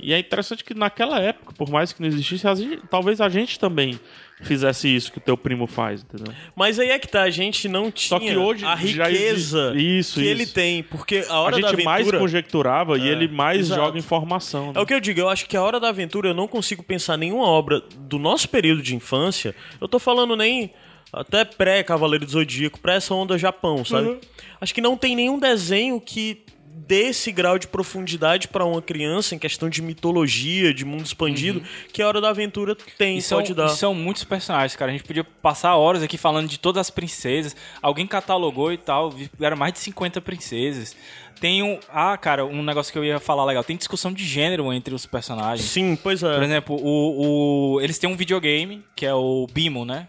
A: E é interessante que naquela época, por mais que não existisse, a gente- talvez a gente também fizesse isso que o teu primo faz, entendeu?
C: Mas aí é que tá, a gente não tinha
A: Só que hoje
C: a
A: já
C: riqueza
A: existe- isso, isso.
C: que ele tem, porque a hora
A: a
C: da
A: gente é
C: aventura
A: mais conjecturava e
C: É,
A: ele mais
C: exato.
A: joga informação.
C: é
A: Né?
C: o que eu digo, eu acho que a hora da aventura eu não consigo pensar nenhuma obra do nosso período de infância. Eu tô falando nem até pré Cavaleiro do Zodíaco, pré essa onda Japão, sabe?
A: Uhum.
C: Acho que não tem nenhum desenho que dê esse grau de profundidade pra uma criança em questão de mitologia, de mundo
A: Uhum.
C: expandido, que a hora da aventura tem,
B: E
A: é
B: são,
A: um-
C: pode dar.
B: e são muitos personagens, cara. A gente podia passar horas aqui falando de todas as princesas. Alguém catalogou e tal. vi- Eram mais de 50 princesas. Tem um. Ah, cara, um negócio que eu ia falar legal. Tem discussão de gênero entre os
A: um-
B: personagens.
C: Sim, pois
B: Por
C: é.
B: exemplo, o, o- eles têm um videogame, que é o BMO, né?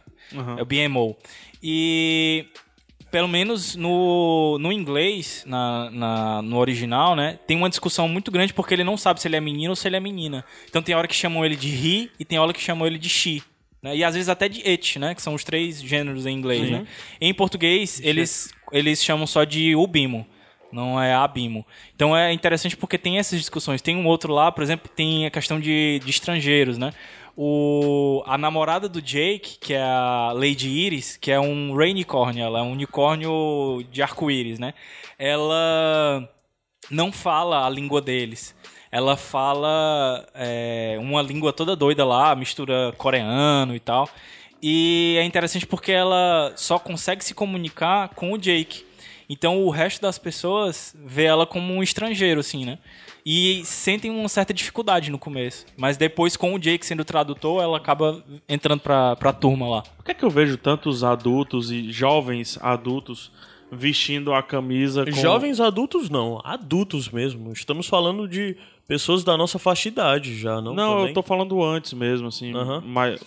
B: É o BMO. E pelo menos no, no inglês, na, na- no original, né? Tem uma discussão muito grande porque ele não sabe se ele é menino ou se ele é menina. Então tem hora que chamam ele de he e tem hora que chamam ele de she. né? E às vezes até de it, né? Que são os três gêneros em inglês, né? Em português, eles, eles chamam só de o BIMO. Não é abimo. Então é interessante porque tem essas discussões. Tem um outro lá, por exemplo, tem a questão de, de estrangeiros, né? O, a namorada do Jake, que é a Lady Iris, que é um Rainicorn, ela é um unicórnio de arco-íris, né? Ela não fala a língua deles. Ela fala é, uma língua toda doida lá, mistura coreano e tal. E é interessante porque ela só consegue se comunicar com o Jake. Então o resto das pessoas vê ela como um estrangeiro, assim, né? E sentem uma certa dificuldade no começo. Mas depois, com o Jake sendo tradutor, ela acaba entrando pra, pra turma lá.
A: Por que, é que eu vejo tantos adultos e jovens adultos vestindo a camisa com...
C: Jovens adultos não, adultos mesmo. Estamos falando de pessoas da nossa faixa de idade já, não?
A: Não,
C: também?
A: eu tô falando antes mesmo, assim.
C: Aham.
A: Mas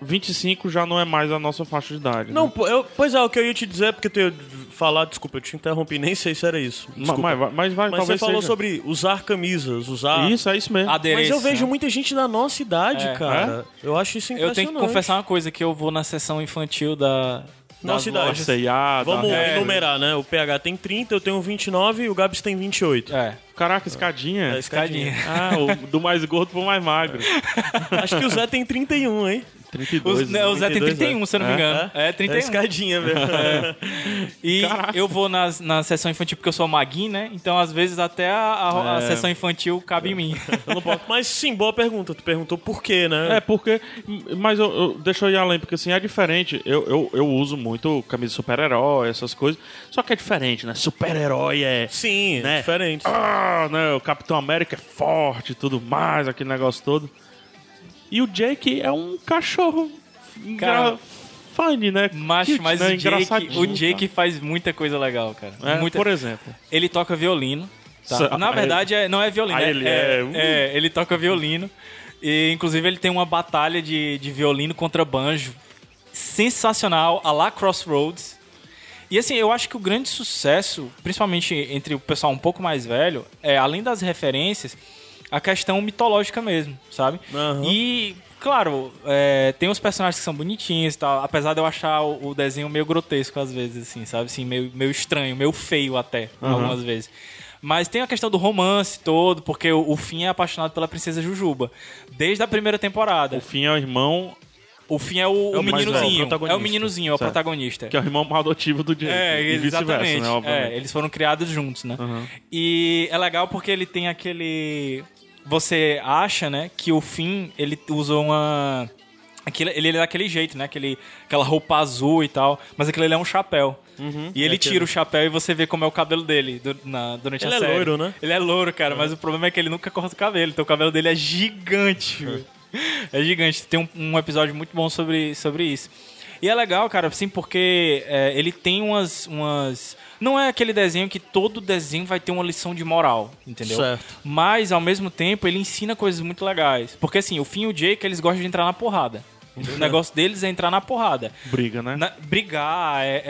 A: 25 já não é mais a nossa faixa de idade.
C: Não,
A: né?
C: pô, eu- pois é, o que eu ia te dizer é porque tu ia falar, desculpa, eu te interrompi, nem sei se era isso.
A: Ma-
C: Desculpa.
A: mas, vai- mas vai,
C: Mas você
A: talvez
C: falou
A: seja.
C: sobre usar camisas, usar.
A: Isso, é isso mesmo.
C: Mas
B: Adereço,
C: eu vejo
B: né?
C: muita gente da nossa idade,
B: É.
C: cara. Eu acho isso
B: Eu
C: impressionante.
B: tenho que confessar uma coisa, que eu vou na sessão infantil da...
A: Tá,
B: das É.
C: Nossa idade.
B: lojas.
A: C&A,
C: Vamos
A: da-
C: enumerar, né? O PH tem 30, eu tenho 29 e o Gabs tem 28.
B: É,
A: Caraca, escadinha.
C: É, escadinha.
A: Ah, o- do mais gordo pro mais magro.
C: Acho que o Zé tem 31, hein?
B: Os-
A: 32.
B: né, o Zé tem
C: 32,
B: 31, se eu não me
A: É?
B: engano. É, 31.
C: É escadinha mesmo.
B: E
A: Caraca.
B: eu vou nas, na sessão infantil porque eu sou maguinho, né? Então, às vezes, até a, a- a
A: É.
B: sessão infantil cabe em mim.
C: Eu não posso. Mas sim, boa pergunta. Tu perguntou por quê, né?
A: É, porque. Mas eu, eu- deixa eu ir além, porque assim, é diferente. Eu, eu, eu uso muito camisa de super-herói, essas coisas. Só que é diferente, né? Super-herói é.
C: sim,
A: Né?
C: é diferente.
A: Ah, né? O Capitão América é forte e tudo mais, aquele negócio todo. E o Jake é um cachorro.
B: Cara,
A: Cara. Funny, né?
B: Mas,
A: Cute,
B: mas
A: né?
B: o Jake,
A: Engraçadinho,
B: o Jake faz muita coisa legal, cara.
A: cara. É,
B: muita...
A: Por exemplo.
B: Ele toca violino. tá?
A: Sa-
B: Na verdade, é- não é violino.
A: Ah,
B: é-
A: ele
B: é,
A: é- uh.
B: é, ele toca violino. E, inclusive, ele tem uma batalha de, de violino contra banjo sensacional, a la Crossroads. E assim, eu acho que o grande sucesso, principalmente entre o pessoal um pouco mais velho, é, além das referências, a questão mitológica mesmo, sabe?
C: Aham.
B: E, claro, é, tem os personagens que são bonitinhos e tal, apesar de eu achar o, o desenho meio grotesco às vezes, assim, sabe? Assim, meio, meio estranho, meio feio até, algumas vezes. Mas tem a questão do romance todo, porque o, o Finn é apaixonado pela princesa Jujuba. Desde a primeira temporada.
A: O Finn é o irmão,
B: O Finn é o,
C: É
B: o
C: o mais velho,
B: meninozinho.
C: o protagonista.
B: é o meninozinho, é o
A: Certo.
B: protagonista.
A: que é o irmão adotivo do Jake.
B: É,
A: e vice-versa,
B: exatamente.
A: né?
B: é,
A: Obviamente.
B: eles foram criados juntos, né? E é legal porque ele tem aquele. Você acha, né, que o Finn, ele usa uma. Aquilo, ele é daquele jeito, né? Aquele, aquela roupa azul e tal. Mas aquilo ali é um chapéu. E ele tira o chapéu e você vê como é o cabelo dele du- na- durante a
C: Ele é
B: série.
C: loiro, né?
B: Ele é louro, cara. Mas o problema é que ele nunca corta o cabelo. Então o cabelo dele é gigante, velho. É gigante. Tem um, um episódio muito bom sobre, sobre isso. E é legal, cara, assim, porque é, ele tem umas, umas. Não é aquele desenho que todo desenho vai ter uma lição de moral, entendeu?
C: Certo.
B: Mas, ao mesmo tempo, ele ensina coisas muito legais. Porque, assim, o Finn e o Jake, eles gostam de entrar na porrada. O negócio deles é entrar na porrada.
A: Briga, né?
B: Na- brigar, é,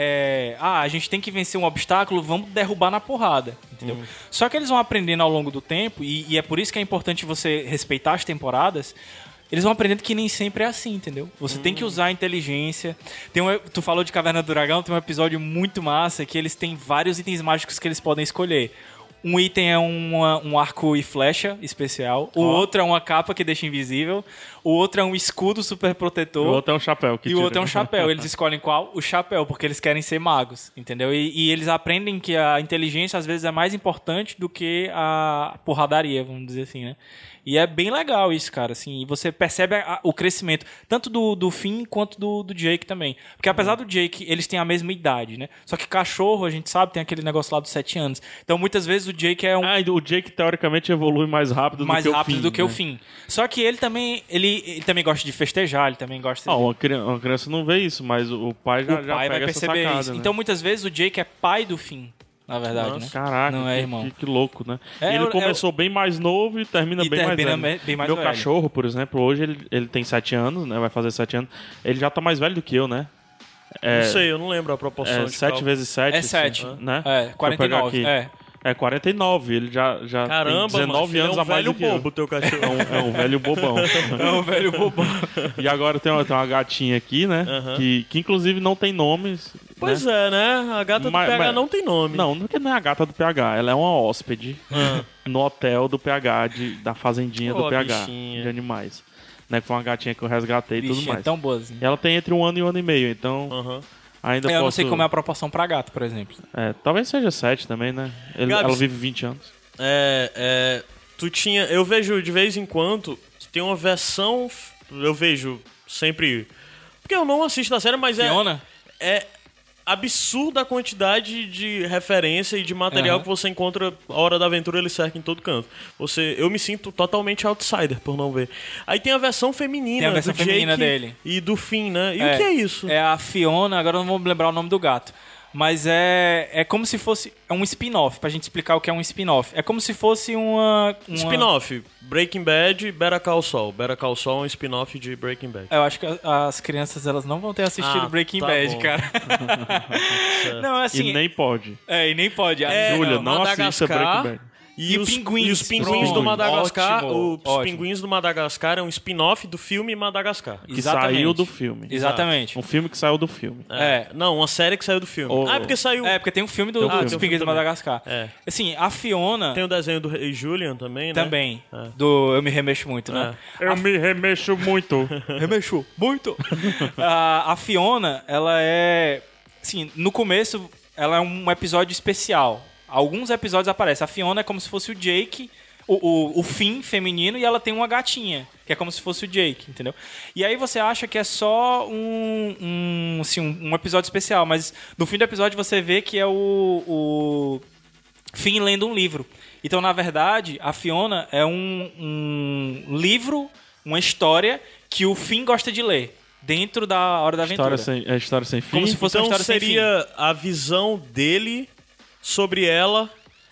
B: é, Ah, a gente tem que vencer um obstáculo, vamos derrubar na porrada. Entendeu?
A: Uhum.
B: Só que eles vão aprendendo ao longo do tempo, e, e é por isso que é importante você respeitar as temporadas. Eles vão aprendendo que nem sempre é assim, entendeu? Você tem que
A: Uhum.
B: usar a inteligência. Tem um, tu falou de Caverna do Dragão, tem um episódio muito massa que eles têm vários itens mágicos que eles podem escolher. Um item é uma- um arco e flecha especial, o outro é uma capa que deixa invisível, o outro é um escudo super
A: E
B: protetor.
A: o outro é um chapéu. Que
B: E o
A: tira,
B: outro é um
A: né?
B: chapéu. Eles escolhem qual? O chapéu, porque eles querem ser magos, entendeu? E, e eles aprendem que a inteligência às vezes é mais importante do que a porradaria, vamos dizer assim, né? E é bem legal isso, cara, assim. E você percebe a- a- o crescimento, tanto do, do Finn quanto do, do Jake também. Porque apesar do Jake, eles têm a mesma idade, né? Só que cachorro, a gente sabe, tem aquele negócio lá dos sete anos. Então muitas vezes o Jake é um
A: Ah, e o Jake teoricamente evolui mais rápido
B: mais
A: do que
B: rápido
A: o Finn.
B: do que o
A: né?
B: Finn. Só que ele também, ele, ele também gosta de festejar, ele também gosta
A: Não, Ah, uma criança, uma criança não vê isso, mas o o pai já,
B: o
A: já
B: pai
A: pega
B: vai
A: essa
B: perceber
A: sacada,
B: isso.
A: né?
B: Então, muitas vezes, o Jake é pai do Finn, na verdade, né?
A: Caraca,
B: Não é,
A: que-
B: irmão.
A: Que, que louco, né?
B: É,
A: E ele
B: eu-
A: começou bem mais novo e termina
B: E
A: bem mais
B: termina
A: velho.
B: bem- bem mais
A: Meu
B: velho.
A: cachorro, por exemplo, hoje ele, ele tem 7 anos, né? Vai fazer 7 anos. Ele já tá mais velho do que eu, né? É,
C: Não sei, eu não lembro a proporção.
A: é,
C: de
A: 7
C: qual.
A: vezes 7.
B: É sete.
A: Né?
B: É,
A: Deixa eu pegar
B: 49,
A: aqui.
B: é.
A: É 49, ele já, já
C: Caramba,
A: tem 19
C: mano,
A: anos
C: é um
A: a mais
C: velho
A: do que eu.
C: bobo teu cachorro.
A: É um, é um velho bobão.
B: É um velho bobão.
A: né? e agora tem uma, tem uma gatinha aqui, né?
C: Aham.
A: Que, que inclusive não tem nomes.
C: Pois é, né? A gata
A: Mas-
C: do PH
A: mas-
C: não tem nome.
A: Não, porque não é a gata do PH, ela é uma hóspede
B: Ah.
A: no hotel do PH, de- da fazendinha
C: Ô,
A: do PH,
C: bichinha.
A: de animais. Né, que foi uma gatinha que eu resgatei e tudo
B: Bicho, é
A: mais.
B: tão boazinho.
A: E Ela tem entre um ano e um ano e meio, então
B: Ah.
C: Aham.
A: ainda
B: Eu,
A: posso...
B: não sei como é a proporção pra gato, por exemplo.
A: É, talvez seja sete também, né? Ele-
C: Gabs.
A: ela vive 20 anos.
C: É, é, tu tinha. Eu vejo de vez em quando que tem uma versão. f- Eu vejo sempre. Porque eu não assisto a série, mas é.
B: Fiona?
C: É absurda a quantidade de referência e de material
B: Aham.
C: que você encontra. A Hora da Aventura ele cerca em todo canto. Você, eu me sinto totalmente outsider por não ver. Aí tem a versão feminina
B: Tem a versão
C: do
B: feminina
C: Jake
B: dele.
C: e do Finn, né? E o que é isso?
B: É a Fiona, agora eu não vou me lembrar o nome do gato. Mas é, é como se fosse é um spin-off, pra gente explicar o que é um spin-off. É como se fosse uma... uma...
C: Spin-off, Breaking Bad e Better Call Saul. Better Call Saul é um spin-off de Breaking Bad.
B: Eu acho que a- as crianças elas não vão ter assistido
C: Ah,
B: Breaking
C: tá
B: Bad,
C: bom.
B: cara. não, assim.
A: e nem pode.
B: É, e nem pode.
A: Júlia,
B: não. É,
A: não, assista
C: É, Madagascar.
A: Breaking Bad.
C: E,
B: E
C: os
B: pinguins.
C: E os pinguins do
B: Pronto.
C: Madagascar.
B: Ótimo,
C: os
B: ótimo.
C: pinguins do Madagascar é um spin-off do filme Madagascar.
A: Que
B: Exatamente.
A: saiu do filme.
B: Exatamente.
A: Um filme que saiu do filme.
B: É.
C: Não, uma série que saiu do filme.
A: Oh.
C: Ah, é porque saiu.
B: É, porque tem um filme do,
C: Tem um
B: dos
C: filme
B: Pinguins de
C: também.
B: Madagascar.
C: É.
B: Assim, a Fiona
C: Tem o desenho do Rei Julian também, né?
B: também,
C: É.
B: do Eu Me Remexo Muito, né?
A: Eu me remexo muito.
C: É.
B: Remexo muito! a, a Fiona, ela é... Assim, no começo, ela é um episódio especial. Alguns episódios aparecem. A Fiona é como se fosse o Jake... O, o, o Finn feminino e ela tem uma gatinha, que é como se fosse o Jake, entendeu? E aí você acha que é só um, um, assim, um, um episódio especial, mas no fim do episódio você vê que é o- o Finn lendo um livro. Então, na verdade, a Fiona é um, um livro, uma história que o Finn gosta de ler dentro da Hora da Aventura.
A: história sem, é história sem fim.
B: Como se fosse uma
C: então
B: história sem
C: seria a visão dele sobre ela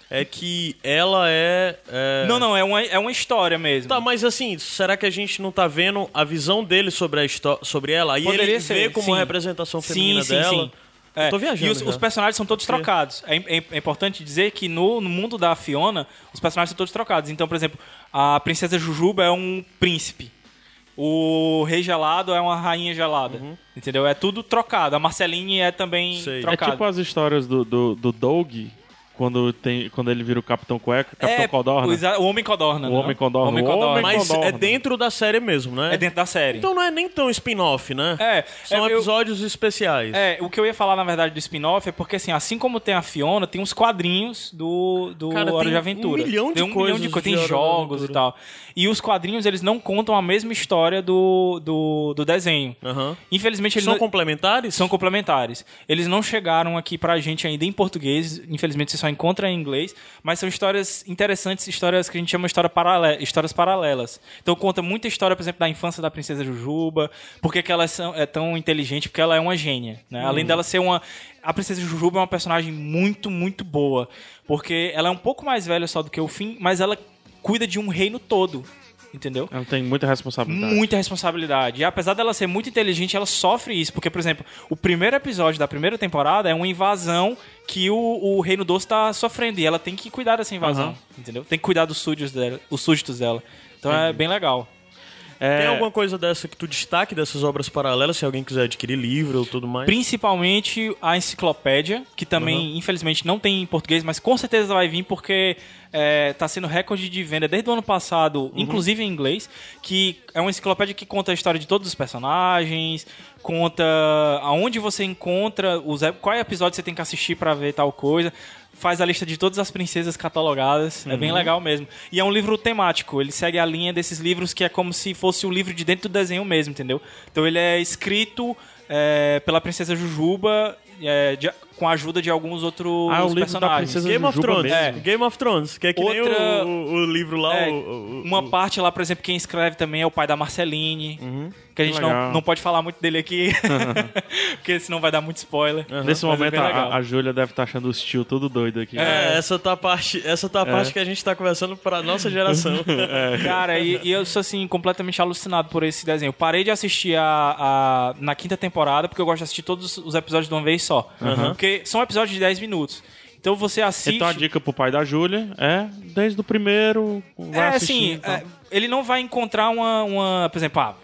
C: é que ela é, é-
B: Não, não, é uma, é uma história mesmo.
C: Tá, mas assim, será que a gente não tá vendo a visão dele sobre a histó- sobre ela? E
B: Poderia
C: ele vê
B: ser,
C: como
B: sim.
C: uma representação feminina
B: sim, sim,
C: dela?
B: Sim. É,
C: Tô viajando
B: E os,
C: já.
B: os personagens são todos trocados. É, im- é im- é importante dizer que no, no mundo da Fiona, os personagens são todos trocados. Então, por exemplo, a princesa Jujuba é um príncipe. O rei gelado é uma rainha gelada. Entendeu? É tudo trocado. A Marceline é também
C: Uhum. Sei. É
B: trocada.
A: É tipo as histórias do, do, do Doug, quando, tem, quando ele vira o Capitão Cueca, Capitão
B: é,
A: Codorna.
B: o exa- O Homem Codorna.
A: O
B: né?
A: Homem Codorna.
B: Homem
A: O
B: Codorna.
A: Homem
C: Mas
A: Codorna.
C: é dentro da série mesmo, né?
B: É dentro da série.
C: Então não é nem tão spin-off, né?
B: É,
C: São
B: é, eu-
C: episódios especiais.
B: É, o que eu ia falar, na verdade, do spin-off é porque, assim, assim como tem a Fiona, tem uns quadrinhos do, do
C: Cara,
B: Hora
C: tem
B: de Aventura.
C: um milhão de
B: tem um
C: coisas
B: milhão de coisas.
C: de
B: Tem
C: Hora da
B: jogos e
C: Aventura.
B: tal. E os quadrinhos, eles não contam a mesma história do, do, do desenho.
C: Aham.
B: Infelizmente, eles
C: São
B: não-
C: complementares?
B: são complementares. Eles não chegaram aqui pra gente ainda em português, infelizmente você só encontra em inglês, mas são histórias interessantes, histórias que a gente chama história parale- histórias paralelas. Então conta muita história, por exemplo, da infância da princesa Jujuba, por que que ela são- é tão inteligente, porque ela é uma gênia, né? Além dela ser uma a princesa Jujuba é uma personagem muito, muito boa, porque ela é um pouco mais velha só do que o Finn, mas ela cuida de um reino todo, entendeu?
A: Ela tem muita responsabilidade.
B: Muita responsabilidade. E apesar dela ser muito inteligente, ela sofre isso. Porque, por exemplo, o primeiro episódio da primeira temporada é uma invasão que o, o Reino Doce tá sofrendo. E ela tem que cuidar dessa invasão.
A: Aham.
B: Entendeu? Tem que cuidar dos súditos dela. Os súditos dela. Então é bem legal.
A: É,
C: Tem alguma coisa dessa que tu destaque dessas obras paralelas, se alguém quiser adquirir livro ou tudo mais?
B: Principalmente a enciclopédia, que também, infelizmente, não tem em português, mas com certeza vai vir porque é, tá sendo recorde de venda desde o ano passado, inclusive em inglês, que é uma enciclopédia que conta a história de todos os personagens, conta aonde você encontra, os, ep- qual é episódio você tem que assistir pra ver tal coisa. Faz a lista de todas as princesas catalogadas. É bem legal mesmo. E é um livro temático. Ele segue a linha desses livros que é como se fosse o livro de dentro do desenho mesmo, entendeu? Então ele é escrito é, pela princesa Jujuba, é, de- com a ajuda de alguns outros
A: Ah, o livro da
B: personagens.
A: princesa
C: Game of
A: Jujuba
C: Thrones.
A: mesmo.
C: É. Game of Thrones, que é que
B: Outra-
C: nem o, o- o livro lá,
B: É,
C: o- o- o-
B: uma parte lá, por exemplo, quem escreve também é o pai da Marceline, que a gente
A: Uhum. Legal.
B: não, não pode falar muito dele aqui, porque senão vai dar muito spoiler.
A: Nesse
B: Mas é
A: momento,
B: bem legal.
A: a, a Júlia deve estar achando o tio todo doido aqui.
C: É, essa tá a parte, essa tá a parte que a gente tá conversando pra nossa geração.
B: Cara, e, e eu sou assim, completamente alucinado por esse desenho. Eu parei de assistir a, a- na quinta temporada, porque eu gosto de assistir todos os episódios de uma vez só. Porque são episódios de 10 minutos. Então você assiste.
A: Uhum. Então a dica pro pai da Júlia é, desde o primeiro, vai
B: é,
A: assistir. Então,
B: assim, é, ele não vai encontrar uma. uma- por exemplo, ah,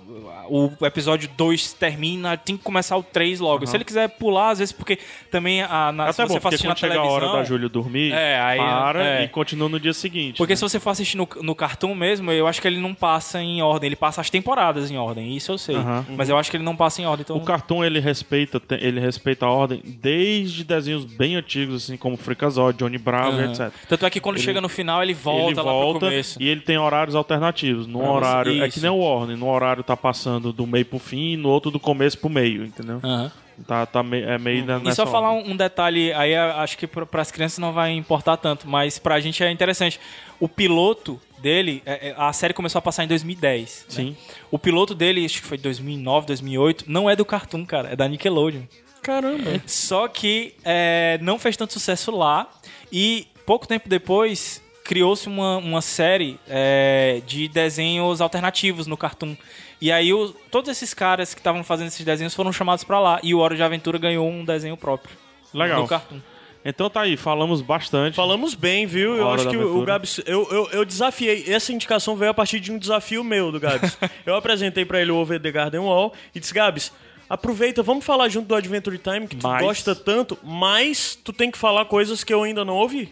B: o episódio 2 termina, tem que começar o 3 logo. Se ele quiser pular, às vezes, porque também a, na, se
A: Até
B: você
A: bom,
B: for
A: porque
B: assistir na
A: quando chega a
B: televisão.
A: hora da Júlia dormir,
B: É, aí-
A: para
B: é.
A: e continua no dia seguinte.
B: Porque
A: né?
B: se você for assistir no, no cartoon mesmo, eu acho que ele não passa em ordem. Ele passa as temporadas em ordem, isso eu sei.
A: Aham.
B: Mas eu acho que ele não passa em ordem. Então...
A: O cartoon ele respeita, te- ele respeita a ordem desde desenhos bem antigos, assim como Freakazoid, Johnny Bravo,
B: Aham.
A: etc.
B: Tanto é que quando
A: Ele-
B: chega no final, ele volta
A: ele
B: lá pro
A: volta
B: começo.
A: e ele tem horários alternativos. Num
B: você-
A: horário. É
B: isso.
A: que nem o Warner. Num horário tá passando do meio pro fim, no outro do começo pro meio, entendeu?
B: Aham.
A: Tá, tá me- é meio na-
B: E
A: nessa
B: só falar
A: ordem.
B: um, um detalhe, aí eu acho que para as crianças não vai importar tanto, mas pra gente é interessante. O piloto dele, é, é, a série começou a passar em 2010. né?
A: Sim.
B: O piloto dele, acho que foi 2009, 2008, não é do Cartoon, cara, é da Nickelodeon.
C: Caramba.
B: Só que é, não fez tanto sucesso lá e pouco tempo depois criou-se uma, uma série é, de desenhos alternativos no Cartoon. E aí o- todos esses caras que estavam fazendo esses desenhos foram chamados pra lá e o Hora de Aventura ganhou um desenho próprio.
A: Legal.
B: No Cartoon.
A: Então tá aí, falamos bastante.
C: Falamos bem, viu? Eu
A: Hora
C: acho
A: da
C: que o-
A: aventura.
C: o Gabs. Eu, eu, eu desafiei. Essa indicação veio a partir de um desafio meu do Gabs. eu apresentei pra ele o Over the Garden Wall e disse: Gabs, aproveita, vamos falar junto do Adventure Time, que tu
A: Mas-
C: gosta tanto, mas tu tem que falar coisas que eu ainda não ouvi.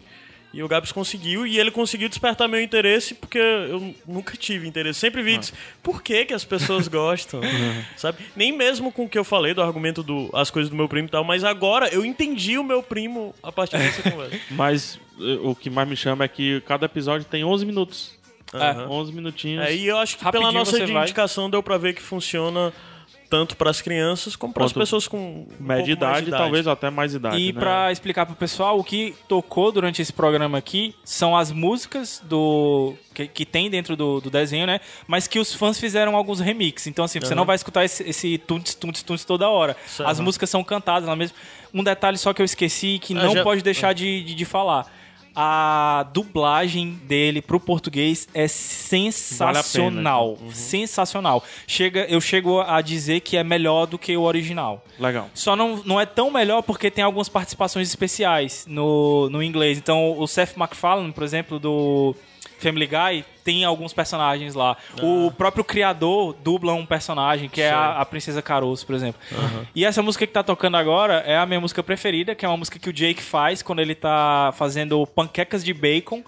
C: E o Gabs conseguiu, e ele conseguiu despertar meu interesse, porque eu nunca tive interesse. Sempre
A: Ah.
C: vi, disse, por que, que as pessoas gostam? sabe? Nem mesmo com o que eu falei, do argumento do as coisas do meu primo e tal, mas agora eu entendi o meu primo a partir dessa conversa.
A: Mas eh, o que mais me chama é que cada episódio tem 11 minutos.
C: Aham.
A: 11 minutinhos.
B: um
C: É, e eu acho que
B: Rapidinho
C: pela nossa
B: você vai.
C: indicação deu pra ver que funciona tanto pras crianças como pras
A: Quanto
C: pessoas com um
A: média de
C: pouco mais de
A: idade, talvez até mais idade.
B: E
A: né?
B: pra explicar pro pessoal, o que tocou durante esse programa aqui são as músicas do que, que tem dentro do, do desenho, né? Mas que os fãs fizeram alguns remixes. Então, assim, você não vai escutar esse, esse tuntes, tuntes, tuntes toda hora.
C: Certo.
B: As músicas são cantadas lá mesmo. Um detalhe só que eu esqueci que
C: Ah,
B: não
C: já-
B: pode deixar de, de, de falar. A dublagem dele pro português é sensacional. Sensacional. Chega, eu chego a dizer que é melhor do que o original.
A: Legal.
B: Só não, não é tão melhor porque tem algumas participações especiais no, no inglês. Então, o Seth MacFarlane, por exemplo, do Family Guy, tem alguns personagens lá. O próprio criador dubla um personagem, que é a, a Princesa Caroço, por exemplo. E essa música que tá tocando agora é a minha música preferida, que é uma música que o Jake faz quando ele tá fazendo panquecas de bacon.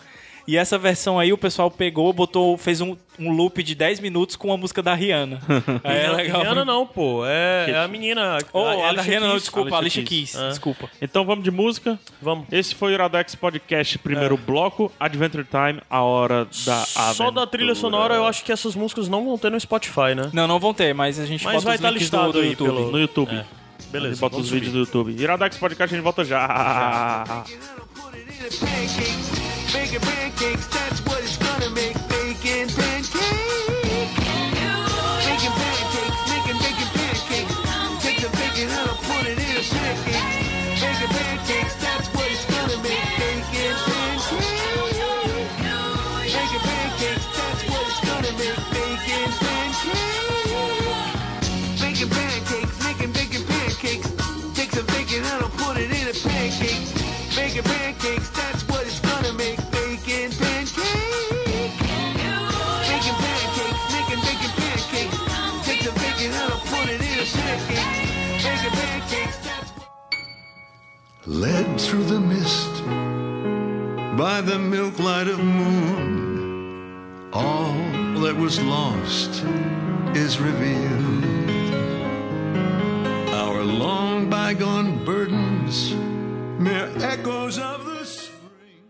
B: E essa versão aí o pessoal pegou, botou, fez um, um loop de 10 minutos com a música da Rihanna. Aí é legal.
C: Rihanna não, pô. É, é a menina.
B: Oh, a, da
C: Alicia
B: Rihanna, não,
C: Keys. É.
B: desculpa,
A: Alicia
B: Alicia,
A: Keys.
B: Keys, Ah. desculpa.
A: Então vamos de música.
C: Vamos.
A: Esse foi o Iradex Podcast,
B: É.
A: primeiro bloco, Adventure Time, a hora da Ah, aventura. é.
C: Só da trilha sonora, eu acho que essas músicas não vão ter no Spotify, né?
B: Não, não vão ter, mas a gente
C: Mas
B: bota
C: vai
B: os
C: tá
B: links
C: listado
B: do, do
C: aí
B: YouTube.
C: pelo-
A: No YouTube.
B: É.
C: Beleza.
A: Bota os
C: vamos
A: vídeos
C: subir.
A: do YouTube. Iradex Podcast, a gente volta já.
D: pancakes, bacon pancakes, that's what it's gonna make. Bacon pancakes. Bacon pancakes, making bacon pancakes. Take the bacon and I'll put it in a pancake. Bacon pancakes, that's what it's gonna make. Bacon pancakes. Bacon pancakes, that's what it's gonna make. Bacon pancakes. Bacon pancakes, making bacon pancakes. Take some bacon and I'll put it in a pancake. Bacon pancakes, that's what it's gonna make. Bacon pancakes. Bacon pancakes, making bacon pancakes. Take some bacon and I'll put it in a pancake. Bacon pancakes, that's what
E: led through the mist by the milk light of moon. All that was lost is revealed. Our long bygone burdens, mere echoes of the spring.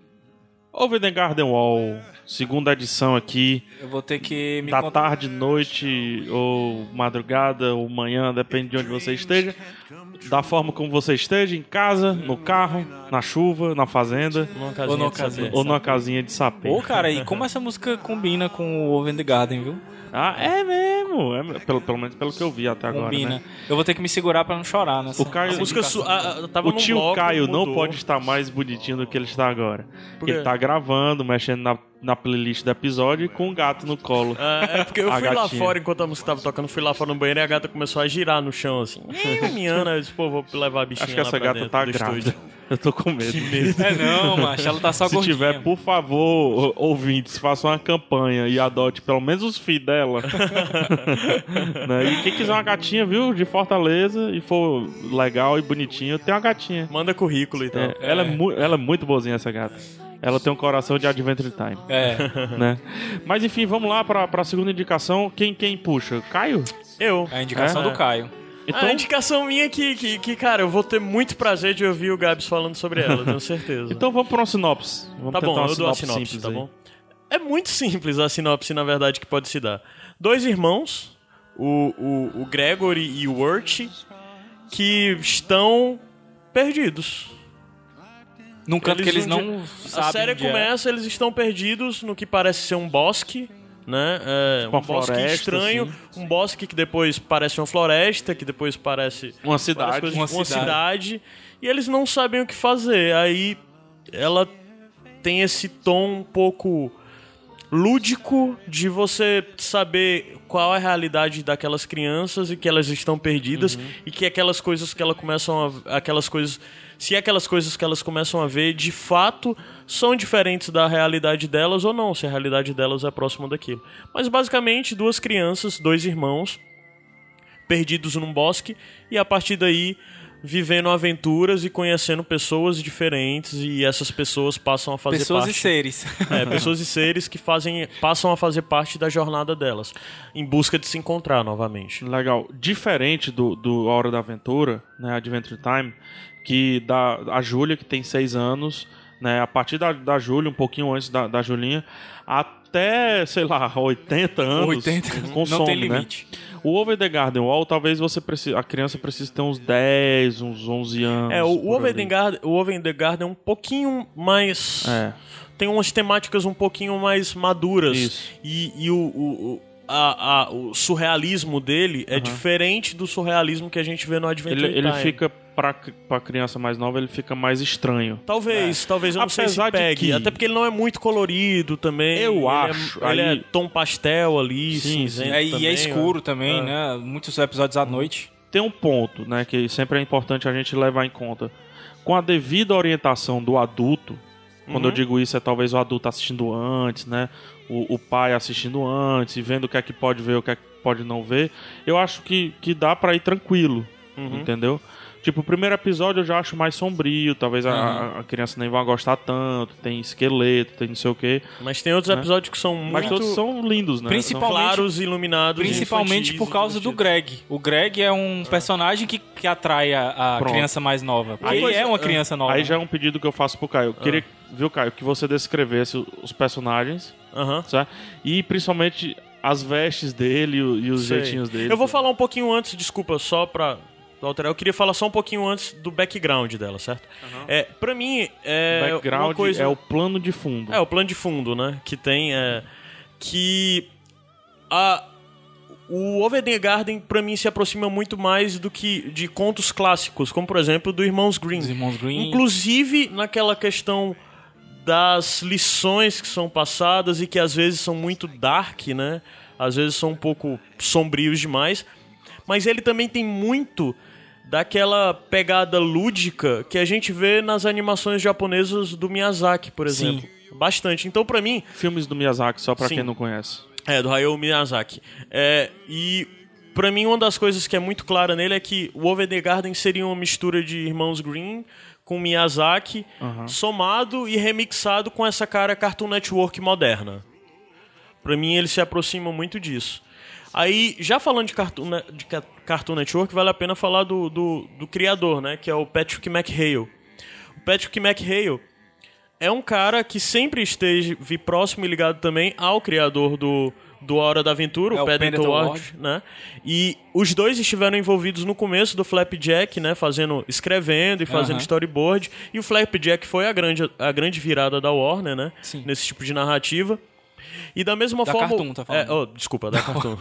A: Over the Garden Wall, segunda edição aqui,
B: Eu vou ter que me
A: da
B: contar.
A: tarde, noite, ou madrugada, ou manhã, depende de onde você esteja. Da forma como você esteja, em casa, no carro, na chuva, na fazenda,
C: Numa casinha
B: Ou numa
C: de saber.
B: casinha.
A: ou numa casinha de sapê.
B: Ô, cara, e como essa música combina com o Over the Garden, viu?
A: Ah, é mesmo. É, me- pelo, pelo menos pelo que eu vi até agora.
B: Combina.
A: né?
B: Eu vou ter que me segurar pra não chorar nessa.
A: O Caio-
C: A
B: nessa
C: música
B: indicação.
C: su- a- a- tava
A: O
C: num
A: tio
C: bloco,
A: Caio não
C: mudou.
A: pode estar mais bonitinho do que ele está agora. Porque
C: quê?
A: ele está gravando, mexendo na, na playlist do episódio e com um gato no colo.
C: Ah, É porque eu
A: A
C: fui lá
A: gatinha.
C: fora enquanto a música tava tocando, fui lá fora no banheiro e a gata começou a girar no chão, assim. E Miana, eu disse, pô, vou levar a bichinha
A: Acho que
C: lá
A: essa
C: pra
A: gata
C: dentro
A: tá
C: do
A: grávida.
C: estúdio.
A: Eu tô com medo.
B: É, não, macho, ela tá só
A: Se
B: gordinha.
A: tiver, por favor, o- ouvintes, façam uma campanha e adote pelo menos os filhos dela. Né? E quem quiser uma gatinha, viu, de Fortaleza e for legal e bonitinho, tem uma gatinha.
C: Manda currículo então. e tal.
A: É, Ela, é mu- ela é muito boazinha, essa gata. Ela tem um coração de Adventure Time.
B: É.
A: né? Mas enfim, vamos lá pra, pra segunda indicação. Quem, quem puxa? Caio?
C: Eu.
B: É a indicação
A: É?
B: do Caio.
C: Então...
A: Então-
C: A indicação minha é que, que, que, cara, eu vou ter muito prazer de ouvir o Gabs falando sobre ela, tenho certeza.
A: Então vamos pra uma sinopse. Vamos
C: tá
A: tentar
C: bom,
A: uma
C: eu dou a
A: sinopse
C: sinopse,
A: simples
C: tá
A: aí.
C: bom? É muito simples a sinopse, na verdade, que pode se dar. Dois irmãos, o, o, o Gregory e o Urt, que estão perdidos.
B: Num canto que eles
C: um
B: não
C: dia-
B: sabem.
C: A série
B: onde é.
C: começa, eles estão perdidos no que parece ser um bosque, né? É,
A: Tipo uma
C: um bosque
A: floresta, assim.
C: estranho, um bosque que depois parece uma floresta, que depois parece
A: Uma
C: várias
A: cidade.
C: coisas,
B: uma
C: uma, cidade. e eles não sabem o que fazer. Aí ela tem esse tom um pouco lúdico de você saber qual é a realidade daquelas crianças e que elas estão perdidas e que aquelas coisas que elas começam a aquelas coisas se aquelas coisas que elas começam a ver de fato são diferentes da realidade delas ou não, se a realidade delas é próxima daquilo. Mas basicamente duas crianças, dois irmãos perdidos num bosque e a partir daí vivendo aventuras e conhecendo pessoas diferentes e essas pessoas passam a fazer
B: Pessoas
C: parte
B: e seres.
C: é, pessoas e seres que fazem, passam a fazer parte da jornada delas, em busca de se encontrar novamente.
A: Legal. Diferente do, do A Hora da Aventura, né? Adventure Time, que da, a Júlia, que tem seis anos, né? A partir da, da Júlia, um pouquinho antes da, da Julinha, até, sei lá, 80 anos.
B: 80,
A: consome,
B: não tem
A: né?
B: limite.
A: O Over the Garden Wall, talvez você precise, a criança precise ter uns 10, uns 11 anos.
C: É, o, o
A: por
C: Over
A: ali.
C: the Garden, o Over the Garden é um pouquinho mais.
A: É.
C: Tem umas temáticas um pouquinho mais maduras.
A: Isso.
C: E, e o. o- o- a- a- o surrealismo dele é diferente do surrealismo que a gente vê no Adventure
A: Ele, ele
C: Time.
A: fica, pra, pra criança mais nova, ele fica mais estranho.
C: Talvez, talvez eu não sei
A: É. Apesar
C: se
A: de
C: pegue.
A: que-
C: Até porque ele não é muito colorido também.
A: Eu
C: Ele é-
A: acho,
C: Ele
A: aí-
C: é tom pastel ali,
A: Sim, sim.
C: cinzento
B: É, e
C: também,
B: é
C: ó.
B: escuro também, né? Muitos episódios à noite.
A: tem um ponto, né, que sempre é importante a gente levar em conta. Com a devida orientação do adulto, quando eu digo isso, é talvez o adulto assistindo antes, né? O, o pai assistindo antes e vendo o que é que pode ver, o que é que pode não ver. Eu acho que, que dá pra ir tranquilo, entendeu? Tipo, o primeiro episódio eu já acho mais sombrio, talvez a, a criança nem vá gostar tanto, tem esqueleto, tem não sei o quê.
C: Mas tem outros episódios que são muito
A: é- Né? Mas todos são lindos, né?
B: Principal-
A: São-
C: claros, iluminados.
B: Principalmente
C: infantis,
B: por causa do
C: divertidos.
B: Greg. O Greg é um personagem que, que atrai a, a
A: Pronto.
B: criança mais nova. Porque
A: Aí-
B: ele é uma criança nova.
C: né?
A: Aí já é um pedido que eu faço pro
C: Ah.
A: Caio. Eu queria, viu, Caio, que você descrevesse os personagens,
C: Aham.
A: certo? E principalmente as vestes dele e o- e os
C: Sei.
A: jeitinhos dele. né?
C: Eu vou falar um pouquinho antes, desculpa, só pra alterar. Eu queria falar só um pouquinho antes do background dela, certo? É, pra mim,
A: O
C: é. uma
A: background
C: coisa...
A: é o plano de fundo.
C: É, o plano de fundo, né? Que tem. É, que. A, o Over the Garden, pra mim, se aproxima muito mais do que de contos clássicos, como por exemplo do Irmãos Green.
B: Dos Irmãos Grimm.
C: Inclusive naquela questão das lições que são passadas e que às vezes são muito dark, né? Às vezes são um pouco sombrios demais. Mas ele também tem muito daquela pegada lúdica que a gente vê nas animações japonesas do Miyazaki, por exemplo. Bastante. Então, pra mim,
A: Filmes do Miyazaki, só pra
C: Sim.
A: quem não conhece.
C: é, do Hayao Miyazaki. É, e pra mim uma das coisas que é muito clara nele é que o Over the Garden seria uma mistura de Irmãos Green com Miyazaki, somado e remixado com essa cara Cartoon Network moderna. Pra mim ele se aproxima muito disso. Aí, já falando de Cartoon, Ne- de Ca- Cartoon Network, vale a pena falar do, do, do criador, né? Que é o Patrick McHale. O Patrick McHale é um cara que sempre esteve próximo e ligado também ao criador do, do A Hora da Aventura,
B: É,
C: o
B: o
C: Paddington
B: Paddington
C: Ward, né? E os dois estiveram envolvidos no começo do Flapjack, né? Fazendo, escrevendo e fazendo
B: Aham.
C: storyboard. E o Flapjack foi a grande, a grande virada da Warner, né?
B: Sim.
C: Nesse tipo de narrativa. E da mesma
B: Da
C: forma.
B: Cartoon, tá falando.
C: É, oh, desculpa, da Cartoon.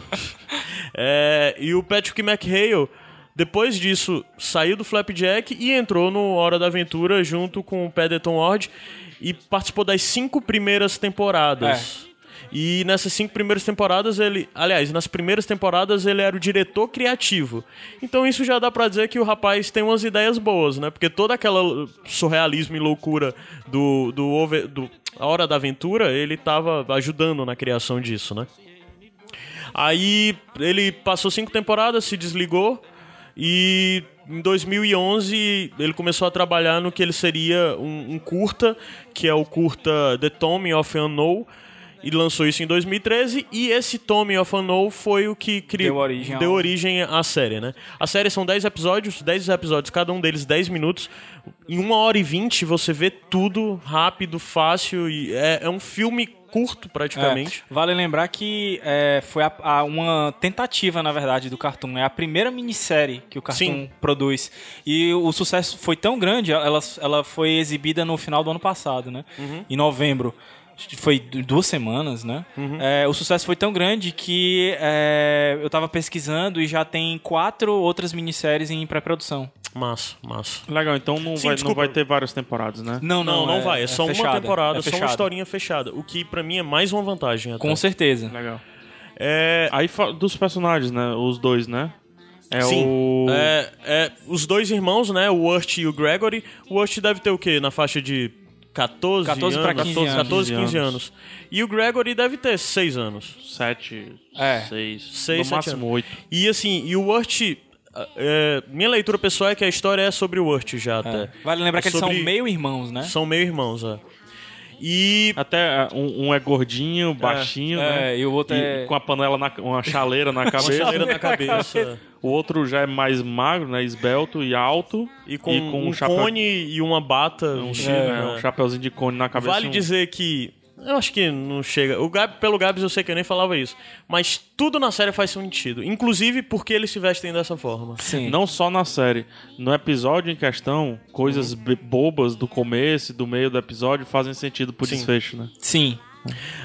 C: É, e o Patrick McHale, depois disso, saiu do Flapjack e entrou no Hora da Aventura junto com o Paddington Ward e participou das cinco primeiras temporadas. E nessas cinco primeiras temporadas ele, aliás, nas primeiras temporadas ele era o diretor criativo. Então isso já dá pra dizer que o rapaz tem umas ideias boas, né? Porque toda aquela surrealismo e loucura do do, over, do a hora da aventura, ele tava ajudando na criação disso, né? Aí ele passou cinco temporadas, se desligou e em 2011 ele começou a trabalhar no que ele seria um, um curta, que é o curta The Tommy of Unknown. E lançou isso em 2013, e esse Tommy of Unknown foi o que criou,
B: Deu origem ao-
C: deu origem à série, né? A série são 10 episódios, 10 episódios, cada um deles 10 minutos. Em 1 hora e 20 você vê tudo rápido, fácil, e é, é um filme curto praticamente.
B: É, vale lembrar que é, foi a- a- uma tentativa, na verdade, do Cartoon. É a primeira minissérie que o Cartoon
C: Sim.
B: produz. E o sucesso foi tão grande, ela, ela foi exibida no final do ano passado, né? Em novembro. acho que foi du- duas semanas, né? É, o sucesso foi tão grande que é, eu tava pesquisando e já tem quatro outras minisséries em pré-produção.
C: Massa, massa.
A: Legal, então não,
C: Sim,
A: vai, não
C: desculpa.
A: vai ter várias temporadas, né?
B: Não,
C: Não, não
B: é-
C: vai. É, só
B: fechada,
C: uma temporada,
B: é
C: só uma
B: fechada.
C: historinha fechada. O que pra mim é mais uma vantagem. Até.
B: Com certeza.
A: Legal.
C: É,
A: Aí fa- dos personagens, né? Os dois, né? É
C: Sim.
A: o.
C: É, é, os dois irmãos, né? O Urt e o Gregory. O Urt deve ter o quê? Na faixa de 14,
B: 14 pra
C: anos,
B: 15
C: 14,
B: anos.
C: 14, 15 anos. E o Gregory deve ter 6 anos.
A: Sete,
B: É.
A: seis,
C: Seis,
A: no
C: sete
A: máximo
C: anos.
A: oito.
C: E assim, e o Urt. é, minha leitura pessoal é que a história é sobre o Urt já até.
B: Vale lembrar
C: É
B: que eles
C: sobre-
B: são meio irmãos, né?
C: São meio irmãos, é. E.
A: Até é, um, um é gordinho, baixinho, né?
B: é, e o outro é-
A: Com a panela, na, uma chaleira na
C: Uma
A: cabeça.
C: chaleira na cabeça.
A: O outro já é mais magro, né? Esbelto e alto.
C: E com,
A: um,
C: um,
A: chapéu,
C: cone e uma bata. Um
A: é, um chapeuzinho de cone na cabeça.
C: Vale
A: um-
C: dizer que. Eu acho que não chega. O Gab, pelo Gabs eu sei que eu nem falava isso. Mas tudo na série faz sentido. Inclusive porque eles se vestem dessa forma.
B: Sim.
A: Não só na série. No episódio em questão, coisas
C: Uhum.
A: be- bobas do começo e do meio do episódio fazem sentido pro
C: Sim.
A: desfecho, né?
B: Sim.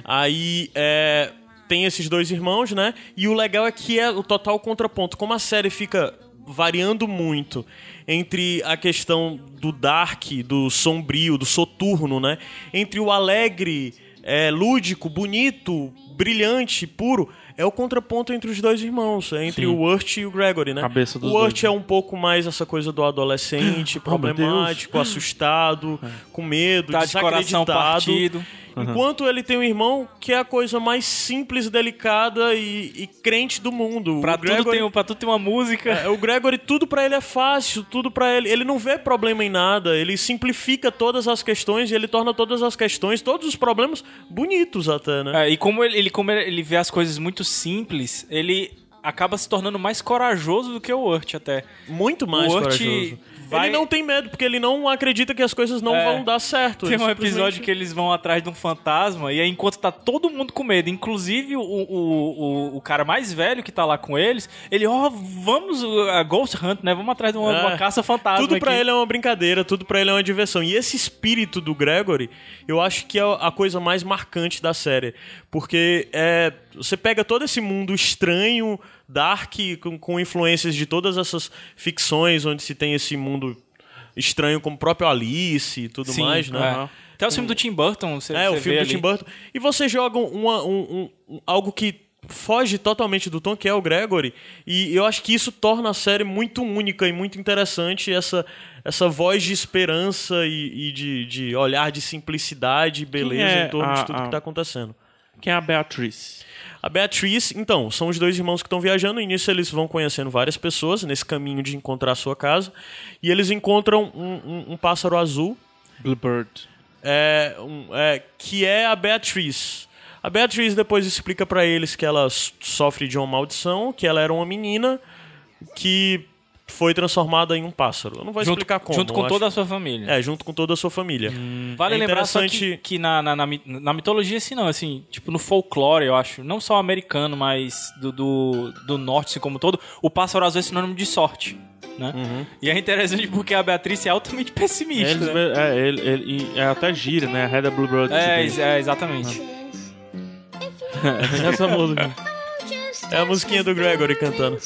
C: Aí é, tem esses dois irmãos, né? E o legal é que é o total contraponto. Como a série fica variando muito entre a questão do dark, do sombrio, do soturno, né? Entre o alegre, é, lúdico, bonito, brilhante, puro. É o contraponto entre os dois irmãos, é entre
A: Sim.
C: o Urt e o Gregory, né?
A: Cabeça dos
C: o Urt
A: dois,
C: é um pouco mais essa coisa do adolescente,
A: Oh, meu Deus. É.
C: problemático, assustado, com medo,
B: Tá de coração
C: desacreditado.
B: partido.
C: Enquanto ele tem um irmão que é a coisa mais simples, delicada e, e crente do mundo.
B: Pra
C: o
B: tudo,
C: Gregory,
B: tem, um- pra tudo tem uma música.
C: é, o Gregory, tudo pra ele é fácil, tudo pra ele. Ele não vê problema em nada, ele simplifica todas as questões e ele torna todas as questões, todos os problemas, bonitos até, né?
B: É, e como ele, ele- como ele vê as coisas muito simples, ele acaba se tornando mais corajoso do que o Urt até.
C: Muito mais
B: É. O Ort
C: corajoso.
B: vai-
C: Ele não tem medo, porque ele não acredita que as coisas não
B: É.
C: vão dar certo. Ele
B: Tem um
C: simplesmente-
B: episódio que eles vão atrás de um fantasma e aí enquanto tá todo mundo com medo, inclusive o, o, o, o cara mais velho que tá lá com eles, ele, ó, vamos, uh, a Ghost Hunt, né? Vamos atrás de uma,
C: É.
B: uma caça fantasma
C: Tudo pra
B: aqui.
C: ele é uma brincadeira, tudo pra ele é uma diversão. E esse espírito do Gregory, eu acho que é a coisa mais marcante da série. Porque é, você pega todo esse mundo estranho, dark, com, com influências de todas essas ficções, onde se tem esse mundo estranho como o próprio Alice e tudo
B: Sim,
C: mais, né?
B: é. Até o filme do Tim Burton, você,
C: É,
B: você
C: o filme
B: vê
C: do
B: ali.
C: Tim Burton. E vocês jogam uma- um, um- um- algo que foge totalmente do tom, que é o Gregory. E eu acho que isso torna a série muito única e muito interessante, essa, essa voz de esperança e, e de, de olhar de simplicidade e beleza
A: é
C: em torno
A: a-
C: de tudo
A: a-
C: que está acontecendo.
A: Quem é a Beatriz?
C: A Beatriz, então, são os dois irmãos que estão viajando. E nisso eles vão conhecendo várias pessoas nesse caminho de encontrar a sua casa. E eles encontram um- um- um pássaro azul
A: Bluebird.
C: é, um- é, que é a Beatriz. A Beatriz depois explica pra eles que ela s- sofre de uma maldição, que ela era uma menina que foi transformada em um pássaro. Eu não vou
B: junto,
C: explicar como.
B: junto com
C: eu acho-
B: toda a Hum. sua família.
C: É, junto com toda a sua família.
B: Vale
C: É
B: lembrar só que,
C: interessante-
B: que na, na, na, mi- na mitologia, assim, não, assim, tipo, no folclore, eu acho, não só americano, mas do, do, do norte, assim, como todo, o pássaro azul é sinônimo de sorte, né?
C: Uhum.
B: E é interessante porque a Beatriz é altamente pessimista,
A: Eles,
B: né?
A: é, ele, ele- e- é até gira, né? Red Bluebird.
B: É, ex- é, exatamente.
A: essa música.
C: É a musiquinha do Gregory cantando.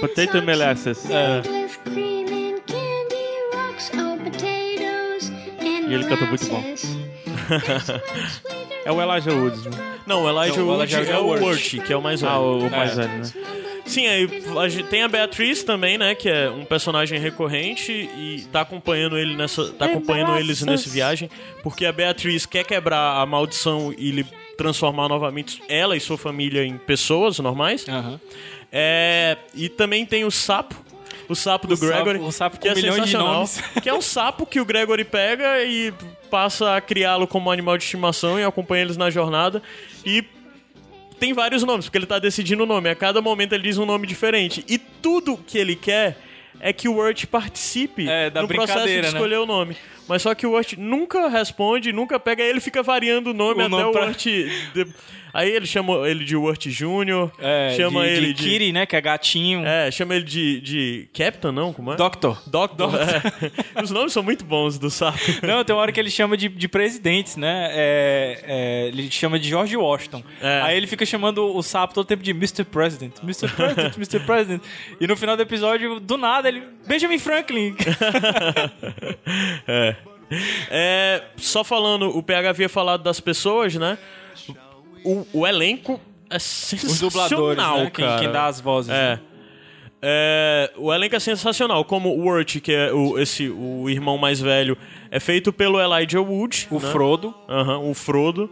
A: Potato Molasses.
B: É.
A: E ele canta muito bom. É o Elijah Woods, né?
C: Não, o Elijah
B: Não, o
C: Wood
B: Elijah
C: é o
B: Wood.
C: Wurt, que é o mais velho.
A: Ah, o, o mais velho, né?
C: Sim, aí a gente tem a Beatriz também, né? Que é um personagem recorrente e tá acompanhando ele nessa. tá acompanhando eles nessa viagem. Porque a Beatriz quer quebrar a maldição e lhe transformar novamente ela e sua família em pessoas normais.
B: Aham.
C: É, e também tem o sapo. O sapo do
B: sapo-
C: Gregory.
B: o sapo com
C: que é
B: milhões de
C: sensacional,
B: nomes.
C: Que é um sapo que o Gregory pega e passa a criá-lo como animal de estimação e acompanha eles na jornada. E tem vários nomes, porque ele tá decidindo o nome. A cada momento ele diz um nome diferente. E tudo que ele quer é que o Wirt participe
B: É, da
C: no processo de
B: brincadeira, né?
C: escolher o nome. Mas só que o Urt nunca responde, nunca pega, aí ele fica variando o nome
B: O
C: até
B: nome
C: o
B: pra-
C: Urt. de- Aí ele chama ele de Urt Júnior,
B: É,
C: chama
B: de,
C: ele
B: de Kiri, né? Que é gatinho.
C: É, chama ele de, de Captain, não? Como é?
B: Doctor.
C: Doctor. é. Os nomes são muito bons do sapo.
B: Não, tem uma hora que ele chama de, de presidentes, né? É, é, ele chama de George Washington.
C: É.
B: Aí ele fica chamando o sapo todo tempo de Mr. President, Mr. President, Mr. President. E no final do episódio, do nada, ele. Benjamin Franklin.
C: É. É, só falando, o PH havia falado das pessoas, né? O, o elenco é
B: Os
C: sensacional,
B: dubladores, né? Quem,
C: cara.
B: quem dá as vozes.
C: É.
B: né?
C: É, o elenco é sensacional, como o Urt, que é o, esse, o irmão mais velho, é feito pelo Elijah Wood.
B: O
C: né?
B: Frodo.
C: Aham, o Frodo.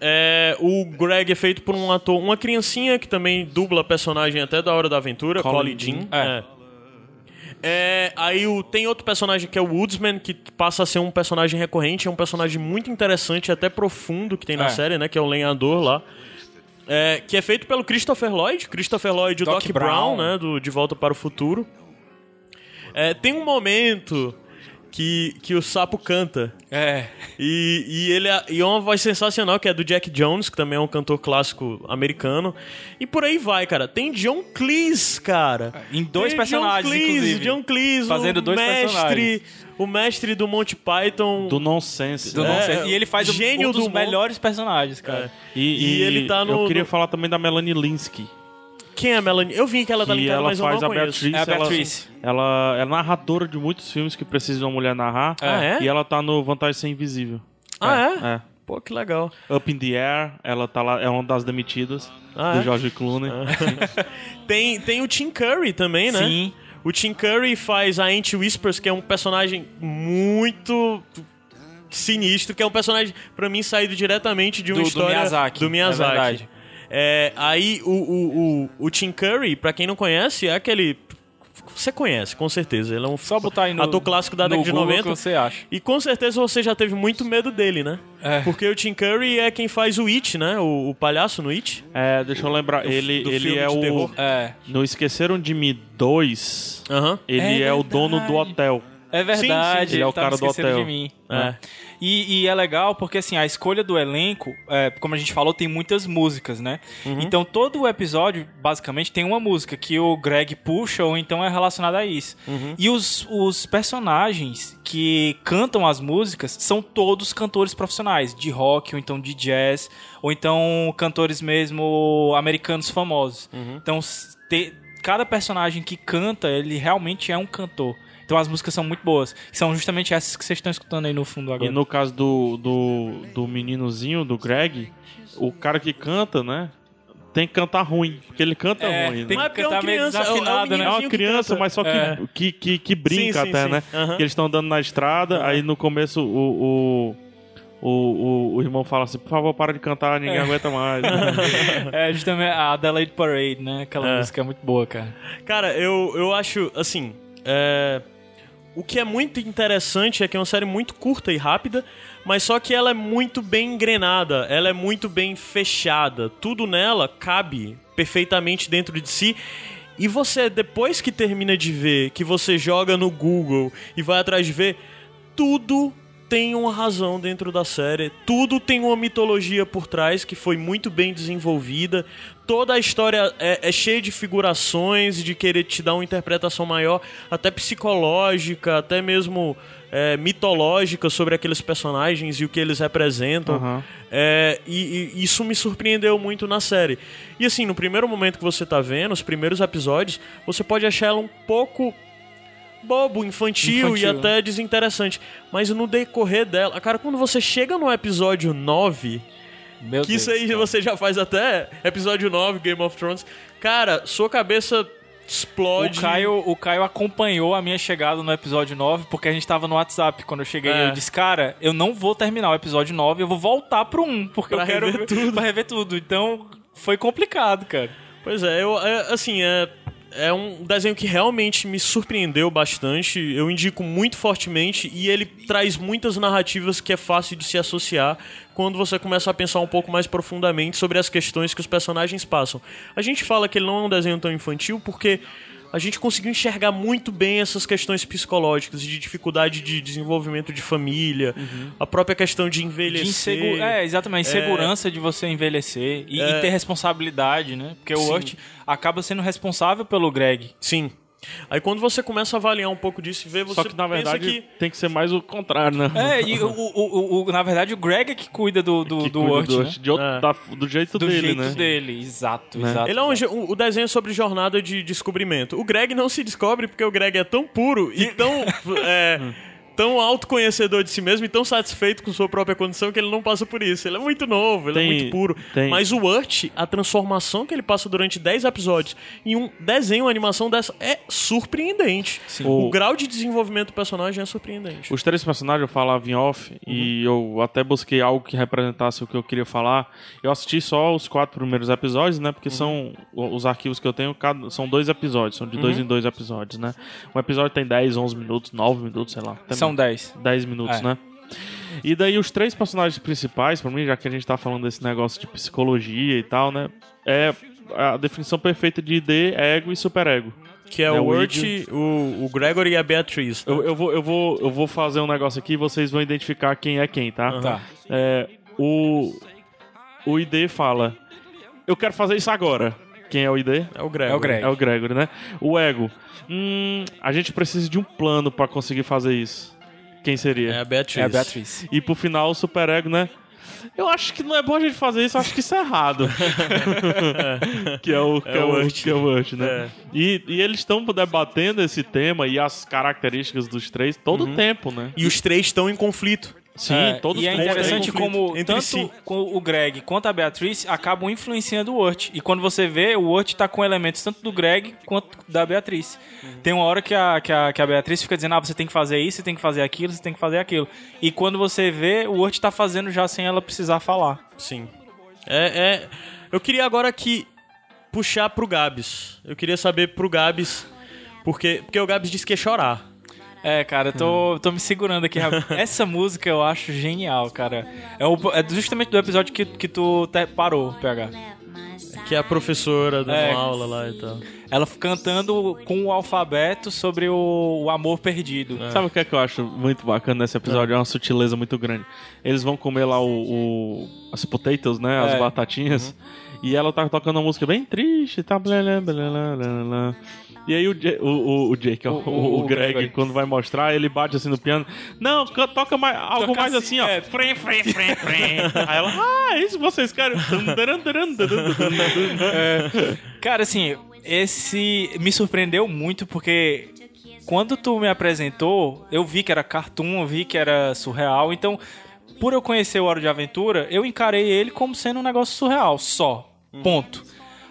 C: É, o Greg é feito por um ator, uma criancinha que também dubla personagem até da Hora da Aventura, Collie
B: Colin
C: Jean.
B: Jean, é.
C: É. É, aí o- tem outro personagem que é o Woodsman, que passa a ser um personagem recorrente, é um personagem muito interessante, até profundo que tem na
B: É.
C: série, né? Que é o lenhador lá. É, que é feito pelo Christopher Lloyd, Christopher Lloyd e o Doc,
B: Doc
C: Brown,
B: Brown.
C: né? Do De Volta para o Futuro. É, tem um momento que, que o sapo canta.
B: É.
C: E, e ele é, e é uma voz sensacional, que é do Jack Jones, que também é um cantor clássico americano. E por aí vai, cara. Tem John Cleese, cara.
B: Em dois
C: Tem
B: personagens,
C: John Cleese,
B: inclusive.
C: John Cleese,
B: Fazendo
C: o
B: dois
C: mestre,
B: personagens.
C: O mestre do Monty Python.
A: Do nonsense.
B: Do
A: né?
B: nonsense. E ele faz um-
C: É. gênio
B: um dos
C: do mundo.
B: melhores personagens, cara.
A: E,
C: É. E
A: e
C: ele tá no-
A: Eu queria
C: no-
A: falar também da Melanie Linsky.
C: Quem é a Melanie? Eu vi que ela tá
A: que
C: ligada,
A: ela
C: mas eu
A: faz
C: não
A: a
C: conheço.
A: Beatriz.
B: É a
A: ela-
B: Beatriz.
A: Ela, é narradora de muitos filmes que precisa de uma mulher narrar.
C: Ah, é?
A: E ela tá no Vantagem Ser Invisível.
C: Ah, é?
A: É.
C: Pô, que legal.
A: Up in the Air, ela tá lá, é uma das demitidas
C: Ah,
A: do
C: é?
A: George Clooney.
C: Tem, tem o Tim Curry também, né?
B: Sim.
C: O Tim Curry faz a Ant Whispers, que é um personagem muito sinistro, que é um personagem, pra mim, saído diretamente de uma
B: Do- do
C: história
B: Miyazaki,
C: do Miyazaki.
B: é verdade.
C: É, aí, o, o, o, o Tim Curry, pra quem não conhece, é aquele... Você conhece, com certeza. Ele é um
B: Só botar aí no.
C: ator clássico da
B: no
C: década de
B: Google
C: 90.
B: que você acha.
C: E com certeza você já teve muito medo dele, né?
B: É.
C: Porque o Tim Curry é quem faz o It, né? O, o palhaço no It.
A: É, deixa eu lembrar, ele,
C: do
A: ele
C: filme
A: é
C: de
A: o.
C: terror.
B: É.
A: No Esqueceram de Me 2,
C: Aham.
A: ele é,
B: É
A: o dono do
B: verdade.
A: hotel.
B: É verdade,
A: Sim, sim. Ele é o
B: tava
A: cara do
B: esquecendo
A: hotel.
B: de mim.
A: É.
B: E, e é legal porque, assim, a escolha do elenco, é, como a gente falou, tem muitas músicas, né?
A: Uhum.
B: Então, todo o episódio, basicamente, tem uma música que o Greg puxa ou então é relacionada a isso.
A: Uhum.
B: E os, os personagens que cantam as músicas são todos cantores profissionais, de rock ou então de jazz, ou então cantores mesmo americanos famosos.
A: Uhum.
B: Então, s- te- cada personagem que canta, ele realmente é um cantor. Então as músicas são muito boas. Que são justamente essas que vocês estão escutando aí no fundo
A: E
B: agora.
A: no caso do, do, do meninozinho, do Greg, o cara que canta, né? Tem que cantar ruim, porque ele canta
B: É,
A: ruim.
B: tem
A: né?
C: Mas
B: que
C: é um
B: cantar meio
C: criança, é um- é um
B: desafinado,
A: É
B: né?
A: uma
C: meninozinho que
A: criança,
C: canta.
A: mas só que,
B: É.
A: que, que, que brinca
C: Sim, sim,
A: até,
C: sim.
A: né?
C: Aham.
A: Que eles estão andando na estrada, aí no começo o, o, o, o, o irmão fala assim, por favor, para de cantar, ninguém aguenta mais.
B: É justamente a Adelaide Parade, né? Aquela
C: É.
B: música é muito boa, cara.
C: Cara, eu, eu acho, assim, é, o que é muito interessante é que é uma série muito curta e rápida, mas só que ela é muito bem engrenada, ela é muito bem fechada, tudo nela cabe perfeitamente dentro de si. E você, depois que termina de ver, que você joga no Google e vai atrás de ver, tudo tem uma razão dentro da série, tudo tem uma mitologia por trás que foi muito bem desenvolvida, toda a história é, é cheia de figurações, de querer te dar uma interpretação maior, até psicológica, até mesmo é, mitológica sobre aqueles personagens e o que eles representam.
A: Aham.
C: É, e, e isso me surpreendeu muito na série. E assim, no primeiro momento que você tá vendo, os primeiros episódios, você pode achar ela um pouco bobo, infantil,
B: Infantil,
C: e até desinteressante. Mas no decorrer dela, cara, quando você chega no episódio 9,
B: Meu
C: que
B: Deus.
C: isso aí você já faz até episódio 9, Game of Thrones, cara, sua cabeça explode.
B: O Caio, o Caio acompanhou a minha chegada no episódio 9, porque a gente tava no WhatsApp quando eu cheguei.
C: É.
B: Eu disse, cara, eu não vou terminar o episódio 9, eu vou voltar pro 1, porque
C: Pra
B: eu quero
C: rever tudo.
B: pra rever tudo. Então, foi complicado, cara.
C: Pois é, eu, é, assim, é, é um desenho que realmente me surpreendeu bastante. Eu indico muito fortemente e ele traz muitas narrativas que é fácil de se associar quando você começa a pensar um pouco mais profundamente sobre as questões que os personagens passam. A gente fala que ele não é um desenho tão infantil porque a gente conseguiu enxergar muito bem essas questões psicológicas de dificuldade de desenvolvimento de família,
A: Uhum.
C: a própria questão de
B: De
C: envelhecer.
B: insegu... É, exatamente. Insegurança de você envelhecer e,
C: É.
B: e ter responsabilidade, né? Porque o Urt acaba sendo responsável pelo Greg.
C: Sim. Aí quando você começa a avaliar um pouco disso e ver, você
A: Só que na
C: pensa
A: verdade
C: que-
A: tem que ser mais o contrário, né?
B: É, e o, o, o- o- na verdade o Greg é que cuida do, do,
A: Que
B: do
A: cuida
B: Urt,
A: do,
B: né?
A: de outro-
C: É.
A: da- do jeito
B: Do
A: dele,
B: jeito
A: né?
B: dele, exato, exato.
C: Ele é um, jo- um- o desenho é sobre jornada de descobrimento. O Greg não se descobre porque o Greg é tão puro e tão. é, tão autoconhecedor de si mesmo e tão satisfeito com sua própria condição que ele não passa por isso. Ele é muito novo, ele
A: Tem-
C: é muito puro.
A: tem-
C: Mas o Urt, a transformação que ele passa durante 10 episódios em um desenho, uma animação dessa, é surpreendente. O...
A: O-
C: grau de desenvolvimento do personagem é surpreendente.
A: Os três personagens eu falava em off e eu até busquei algo que representasse o que eu queria falar. Eu assisti só os quatro primeiros episódios, né? Porque são o- os arquivos que eu tenho, cada- são dois episódios, são de dois em dois episódios, né? Um episódio tem 10, 11 minutos, 9 minutos, sei lá. até
B: São 10.
A: 10 minutos,
B: É.
A: né? E daí os três personagens principais, pra mim, já que a gente tá falando desse negócio de psicologia e tal, né? É a definição perfeita de ID, ego e superego.
C: Que é
A: né,
C: o
A: o
C: Urt, o, o Gregory e a Beatriz.
A: Eu, eu vou, eu, vou, eu vou fazer um negócio aqui e vocês vão identificar quem é quem, tá?
B: Tá.
A: É, o, o ID fala: Eu quero fazer isso agora. Quem é o ID?
C: É o Gregory.
B: É o Greg.
A: É o Gregory, né? O ego. Hum, a gente precisa de um plano pra conseguir fazer isso. Quem seria?
C: É a Beatriz.
B: É a Beatriz.
A: E pro final, o superego, né? Eu acho que não é bom a gente fazer isso, eu acho que isso é errado. que é o que é,
C: o
A: o,
C: Urt.
A: que é o Urt, né? E, e eles estão debatendo esse tema e as características dos três todo tempo, né?
C: E os três estão em conflito.
A: Sim,
B: É,
A: todos
B: e é
A: com-
B: interessante
A: com-
B: como
C: entre
B: tanto
C: si.
B: com o Greg quanto a Beatriz acabam influenciando o Urt. E quando você vê, o Urt tá com elementos tanto do Greg quanto da Beatriz.
A: Uhum.
B: Tem uma hora que a, que, a, que a Beatriz fica dizendo, ah, você tem que fazer isso, você tem que fazer aquilo, você tem que fazer aquilo. E quando você vê, o Urt tá fazendo já sem ela precisar falar.
C: Sim. É, é- Eu queria agora que puxar pro Gabs. Eu queria saber pro Gabs. Porque, porque o Gabs disse que ia chorar.
B: É, cara, eu
A: Hum.
B: tô, tô me segurando aqui. rapaz. Essa música eu acho genial, cara. É, o- é justamente do episódio que, que tu te- parou, PH.
C: Que é a professora dando
B: É.
C: aula lá e tal.
B: Ela cantando com o alfabeto sobre o, o amor perdido.
A: Sabe o que é que eu acho muito bacana nesse episódio? É uma sutileza muito grande. Eles vão comer lá o, o- as potatoes, né? As
B: É.
A: batatinhas. E ela tá tocando uma música bem triste, tá? Blá, blá, blá, blá, blá, blá. E aí o, Ja- o, o, o Jake, ó, o, o
B: o
A: Greg,
B: Greg.
A: quando vai mostrar, ele bate assim no piano. Não, can- toca mais, algo
B: Toca
A: mais assim, ó.
B: assim, é.
A: Frem, frem, frem, frem. aí ela, ah, é isso que vocês querem. Dun, dun, dun, dun, dun, dun, dun.
B: Cara, assim, esse me surpreendeu muito porque quando tu me apresentou, eu vi que era cartoon, eu vi que era surreal. Então, por eu conhecer o Hora de Aventura, eu encarei ele como sendo um negócio surreal, só. Ponto.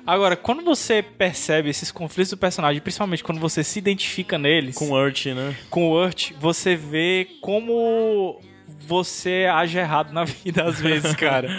B: Agora, quando você percebe esses conflitos do personagem, principalmente quando você se identifica neles
C: Com o Urt, né?
B: com o Urt, você vê como você age errado na vida às vezes, cara.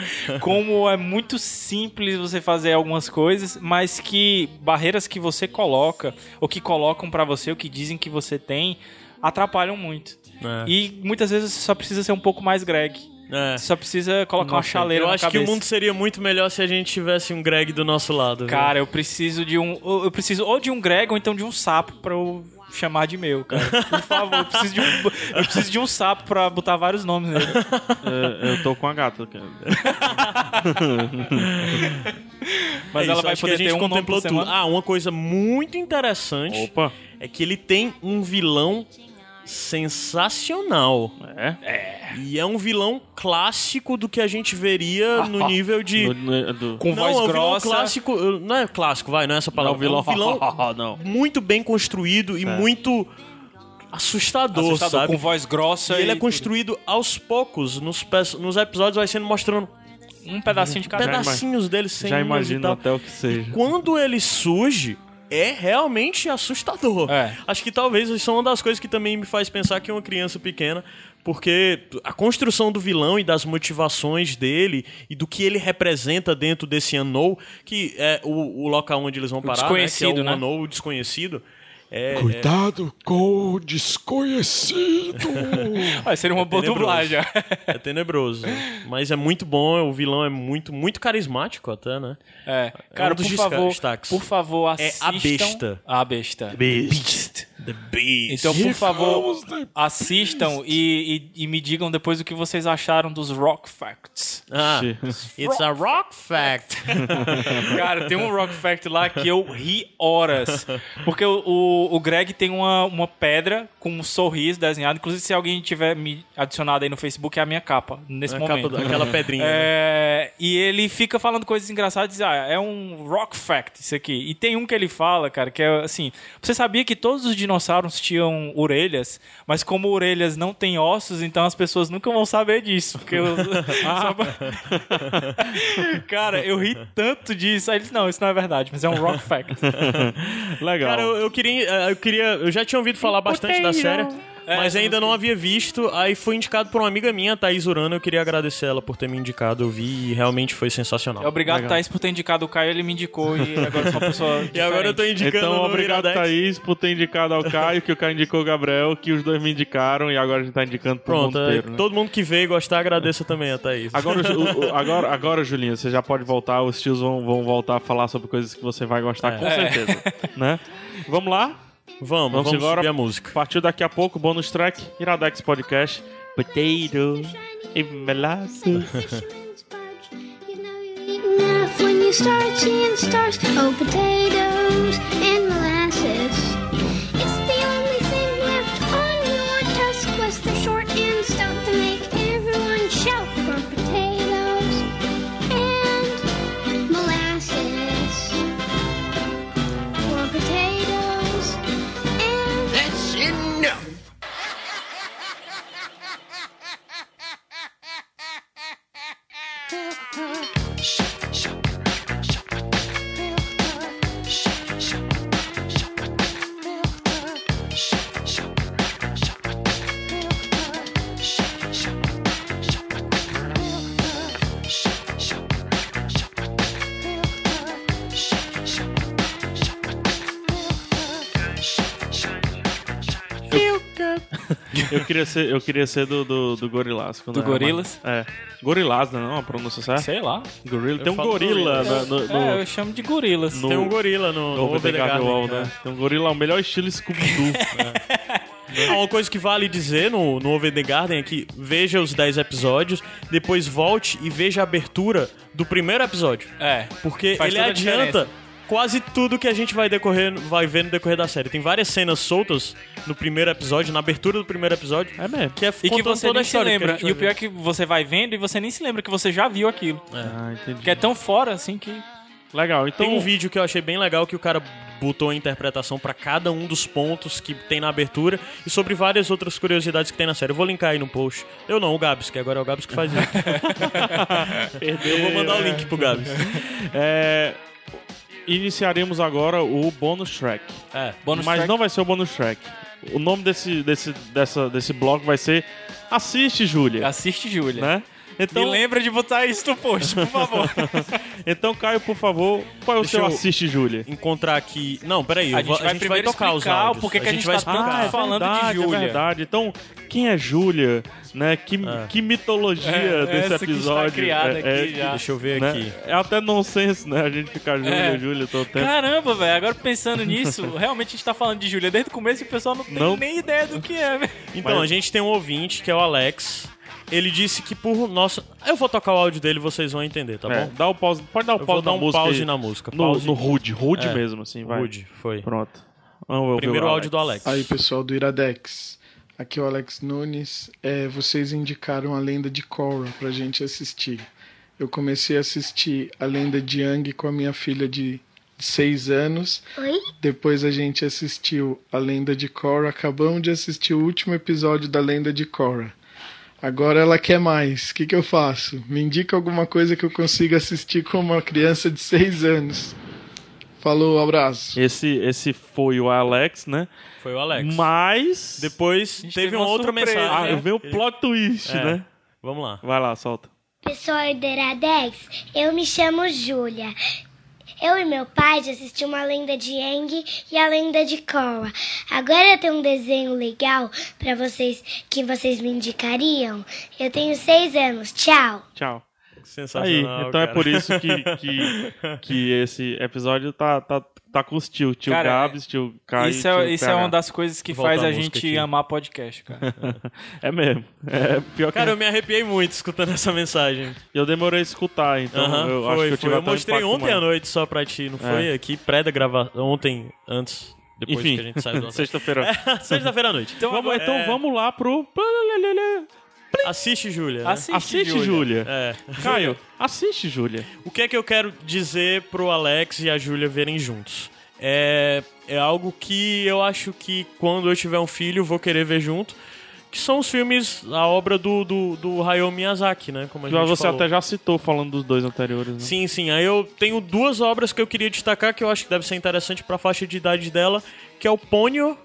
B: Como é muito simples você fazer algumas coisas, mas que barreiras que você coloca, ou que colocam pra você, ou que dizem que você tem, atrapalham muito.
C: É.
B: E muitas vezes você só precisa ser um pouco mais Greg.
C: É.
B: Você só precisa colocar uma chaleira
C: Eu
B: na
C: acho
B: cabeça.
C: que o mundo seria muito melhor se a gente tivesse um Greg do nosso lado. viu?
B: Cara, eu preciso de um. Eu eu preciso ou de um Greg ou então de um sapo pra eu chamar de meu, cara. Por favor, eu preciso de um, eu preciso de um sapo pra botar vários nomes nele.
A: É, Eu tô com a gata.
C: É
B: Mas
C: isso,
B: ela vai
C: acho que
B: poder
C: a gente
B: ter um nome
C: contemplou
B: por
C: tudo.
B: semana.
C: Ah, uma coisa muito interessante
A: Opa.
C: é que ele tem um vilão sensacional.
A: É?
C: E é um vilão clássico do que a gente veria no nível de.
A: É Do- do- do-
B: Com
C: não,
B: voz
C: é um vilão
B: grossa.
C: clássico. eu- Não é clássico, vai, não é essa palavra.
A: Não, vilão.
C: É um vilão
A: não.
C: muito bem construído e
A: É.
C: muito assustador,
B: Assustador,
C: sabe?
B: com voz grossa.
C: E ele é
B: tudo.
C: construído aos poucos, nos, pe- nos episódios vai sendo mostrando
B: um pedacinho
C: Hum,
B: de cada
C: pedacinhos dele sem
A: Já
C: unhas e
A: imagino
C: tal.
A: até o que seja.
C: Quando ele surge, é realmente assustador.
B: É.
C: Acho que talvez isso é uma das coisas que também me faz pensar que é uma criança pequena, porque a construção do vilão e das motivações dele e do que ele representa dentro desse Unknown, que é o, o local onde eles vão parar, né, que é
B: desconhecido,
C: o
B: né?
C: Unknown, o desconhecido, É,
A: Cuidado com o desconhecido.
B: Ah, seria uma boa
C: tenebroso.
B: dublagem.
C: é tenebroso. Mas é muito bom, o vilão é muito, muito carismático até, né?
B: É.
C: É
B: Cara,
C: um dos
B: por favor,
C: destaques.
B: por favor,
C: É
B: assistam...
C: a besta.
B: A besta.
A: Beast.
C: The Beast.
B: Então, por
A: Here
B: favor,
A: comes the
B: assistam e, e, e me digam depois o que vocês acharam dos Rock Facts.
C: Ah,
A: Shit.
C: it's a rock fact.
B: Cara, tem um Rock Fact lá que eu ri horas. Porque o, o, o Greg tem uma, uma pedra com um sorriso desenhado. Inclusive, se alguém tiver me adicionado aí no Facebook, é a minha capa, nesse
C: A capa
B: momento.
C: do- aquela pedrinha. né?
B: É, e ele fica falando coisas engraçadas, diz, ah, é um rock fact isso aqui. E tem um que ele fala, cara, que é assim, você sabia que todos os dinossauros tinham orelhas, mas como orelhas não têm ossos, então as pessoas nunca vão saber disso. Porque eu- só- cara, eu ri tanto disso. Aí ele, não, isso não é verdade, mas é um rock fact.
C: Então,
A: Legal.
C: Cara, eu, eu queria, eh, eu queria. Eu já tinha ouvido falar bastante da série,
A: É,
C: mas ainda não havia visto. Aí foi indicado por uma amiga minha, a Thaís Urano. Eu queria agradecer ela por ter me indicado. Eu vi e realmente foi
A: É
C: sensacional.
B: Obrigado, Thaís, por ter indicado o Caio, ele me indicou e agora eu sou uma pessoa
C: E agora eu tô
B: diferente.
C: indicando
A: Então,
C: no
A: obrigado,
C: Iradex.
A: Thaís, por ter indicado ao Caio, que o Caio indicou o Gabriel, que os dois me indicaram e agora a gente tá indicando pro
C: Pronto,
A: mundo
C: é,
A: inteiro. né?
C: todo mundo que veio e gostar, agradeço também a Thaís.
A: Agora, o- o- agora, agora, Julinha, você já pode voltar, os tios vão, vão voltar a falar sobre coisas que você vai gostar,
C: É.
A: com certeza. Né? Vamos lá?
C: Vamos,
A: Vamos
C: vamos,
A: embora.
C: subir a música.
A: Partiu daqui a pouco, bônus track, Iradex Podcast. Potato e melaço.
F: fisherman's barge. You know you're eating enough when you start seeing stars. Oh, potatoes and molasses. It's the only thing left on your tusk was the short and stout to make everyone shout for potatoes and molasses. For potatoes and
E: That's enough.
A: Eu queria ser, eu queria ser do, do, do Gorilás. quando
B: Do
A: era mais-
B: Gorillaz?
A: É. Gorilás, né? Não, a pronúncia certa?
B: Sei lá.
A: Gorila. Tem um
C: falo
A: gorila na- no, no,
B: É, eu chamo de gorilas.
A: no-
C: Tem um gorila no,
A: no
C: no
A: Over the Garden Wall, né? Tem um gorila, o melhor estilo Scooby-Doo.
C: Ah, uma coisa que vale dizer no, no Over the Garden é que veja os 10 episódios, depois volte e veja a abertura do primeiro episódio.
B: É.
C: Porque
B: Faz
C: ele
B: toda a
C: adianta
B: diferença.
C: quase tudo que a gente vai, decorrer, vai ver no decorrer da série. Tem várias cenas soltas no primeiro episódio, na abertura do primeiro episódio. É mesmo. Que é
B: E que
C: contando
B: você
C: toda a
B: nem se
C: história. que a
B: lembra.
C: gente
B: E
C: vai
B: o pior é
C: ver.
B: que você vai vendo e você nem se lembra que você já viu aquilo.
A: ah, entendi.
B: Que é tão fora, assim, que...
A: Legal, então...
C: Tem um vídeo que eu achei bem legal que o cara botou a interpretação pra cada um dos pontos que tem na abertura e sobre várias outras curiosidades que tem na série. Eu vou linkar aí no post. Eu não, o Gabs, que agora é o Gabs que faz isso. Eu vou mandar o link pro Gabs.
A: É, iniciaremos agora o bônus track.
C: É.
B: Bônus
A: Mas
B: track.
A: não vai ser o bônus track. O nome desse, desse, dessa, desse bloco vai ser Assiste, Júlia.
B: Assiste, Júlia.
A: Né?
B: Me
A: Então,
B: lembra de botar isso no post, por favor.
A: então, Caio, por favor, qual é o
C: Deixa
A: seu
C: eu-
A: Assiste, Júlia?
C: Encontrar aqui. Não, peraí, eu
B: A gente
C: vou-
B: vai primeiro
C: tocar os
B: explicar o
C: áudios.
B: porquê que a gente
C: vai
B: tá tão
C: explicar.
A: é
B: falando de
A: verdade,
B: Júlia.
A: É verdade. Então, quem é Júlia? Né? Que, que mitologia
B: Ah. É,
A: desse
B: essa que está
A: episódio? É,
B: criada aqui já.
C: Deixa eu ver
A: né?
C: aqui.
A: É até nonsense, né? A gente ficar Júlia,
B: É.
A: Júlia todo tempo.
B: Caramba, velho. Agora pensando nisso, realmente a gente tá falando de Júlia desde o começo e o pessoal não tem
A: Não.
B: nem ideia do que é, velho.
C: Então,
A: Mas-
C: a gente tem um ouvinte, que é o Alex. Ele disse que por nossa. Eu vou tocar o áudio dele, vocês vão entender, tá
A: É,
C: bom?
A: dá o pause. Pode dar o
C: Eu
A: pause
C: vou dar
A: na
C: um
A: música
C: pause
A: aí.
C: na música.
A: No,
C: Pause.
A: no rude, rude
C: É.
A: mesmo, assim, vai.
C: Rude, foi.
A: Pronto. Vamos ver
C: Primeiro
A: o
C: áudio do Alex.
G: Aí, pessoal do Iradex. Aqui é o Alex Nunes. É, vocês indicaram a lenda de Korra pra gente assistir. Eu comecei a assistir a lenda de Yang com a minha filha de 6 anos.
F: Oi?
G: Depois a gente assistiu a lenda de Korra. Acabamos de assistir o último episódio da lenda de Korra. Agora ela quer mais. O que, que eu faço? Me indica alguma coisa que eu consiga assistir com uma criança de 6 anos. Falou, abraço.
A: Esse, esse foi o Alex, né?
C: Foi o Alex.
A: Mas.
C: Depois
B: gente
C: teve
B: teve
C: uma
B: uma
C: outra
B: surpresa,
C: mensagem.
A: Ah,
B: né?
A: veio o plot twist,
C: É.
A: né?
C: Vamos lá.
A: Vai lá, solta.
F: Pessoal do Iradex, eu me chamo Júlia. Eu e meu pai já assistimos a lenda de Eng e a lenda de Korra. Agora tem um desenho legal pra vocês que vocês me indicariam. Eu tenho seis anos. Tchau.
A: Tchau. Aí,
C: Sensacional.
A: então é
C: cara.
A: por isso que, que, que esse episódio tá, tá, tá com os tio. Tio
B: Cara,
A: Gabs, tio Caio.
B: isso
A: tio
B: é, isso é
A: PH.
B: uma das coisas que
C: Volta
B: faz
C: a
B: a
C: música
B: gente
C: aqui.
B: amar podcast, cara.
A: É mesmo. É pior que.
C: Cara, eu me arrepiei muito escutando essa mensagem.
A: eu demorei a escutar, então eu
C: Aham, foi,
A: acho que eu
C: foi.
A: tive até um
C: mostrei
A: impacto
C: ontem à
A: maior. É.
C: noite só pra ti, não foi? Aqui, pré da gravação. Ontem, antes, depois
A: Enfim,
C: que a gente saiu do hotel. É,
A: sexta-feira.
C: Sexta-feira à noite.
A: Então vamos,
C: agora-
A: então
C: é,
A: vamos lá pro.
C: Assiste, Júlia. né?
B: Assiste,
A: Assiste, Júlia.
C: É.
A: Caio, assiste, Júlia.
C: O que é que eu quero dizer pro Alex e a Júlia verem juntos? É, é algo que eu acho que quando eu tiver um filho eu vou querer ver junto. Que são os filmes, a obra do, do, do Hayao Miyazaki, né? Como a gente
A: Mas você
C: falou.
A: até já citou falando dos dois anteriores, né?
C: Sim, sim. Aí eu tenho duas obras que eu queria destacar que eu acho que deve ser interessante pra faixa de idade dela, que é o Ponyo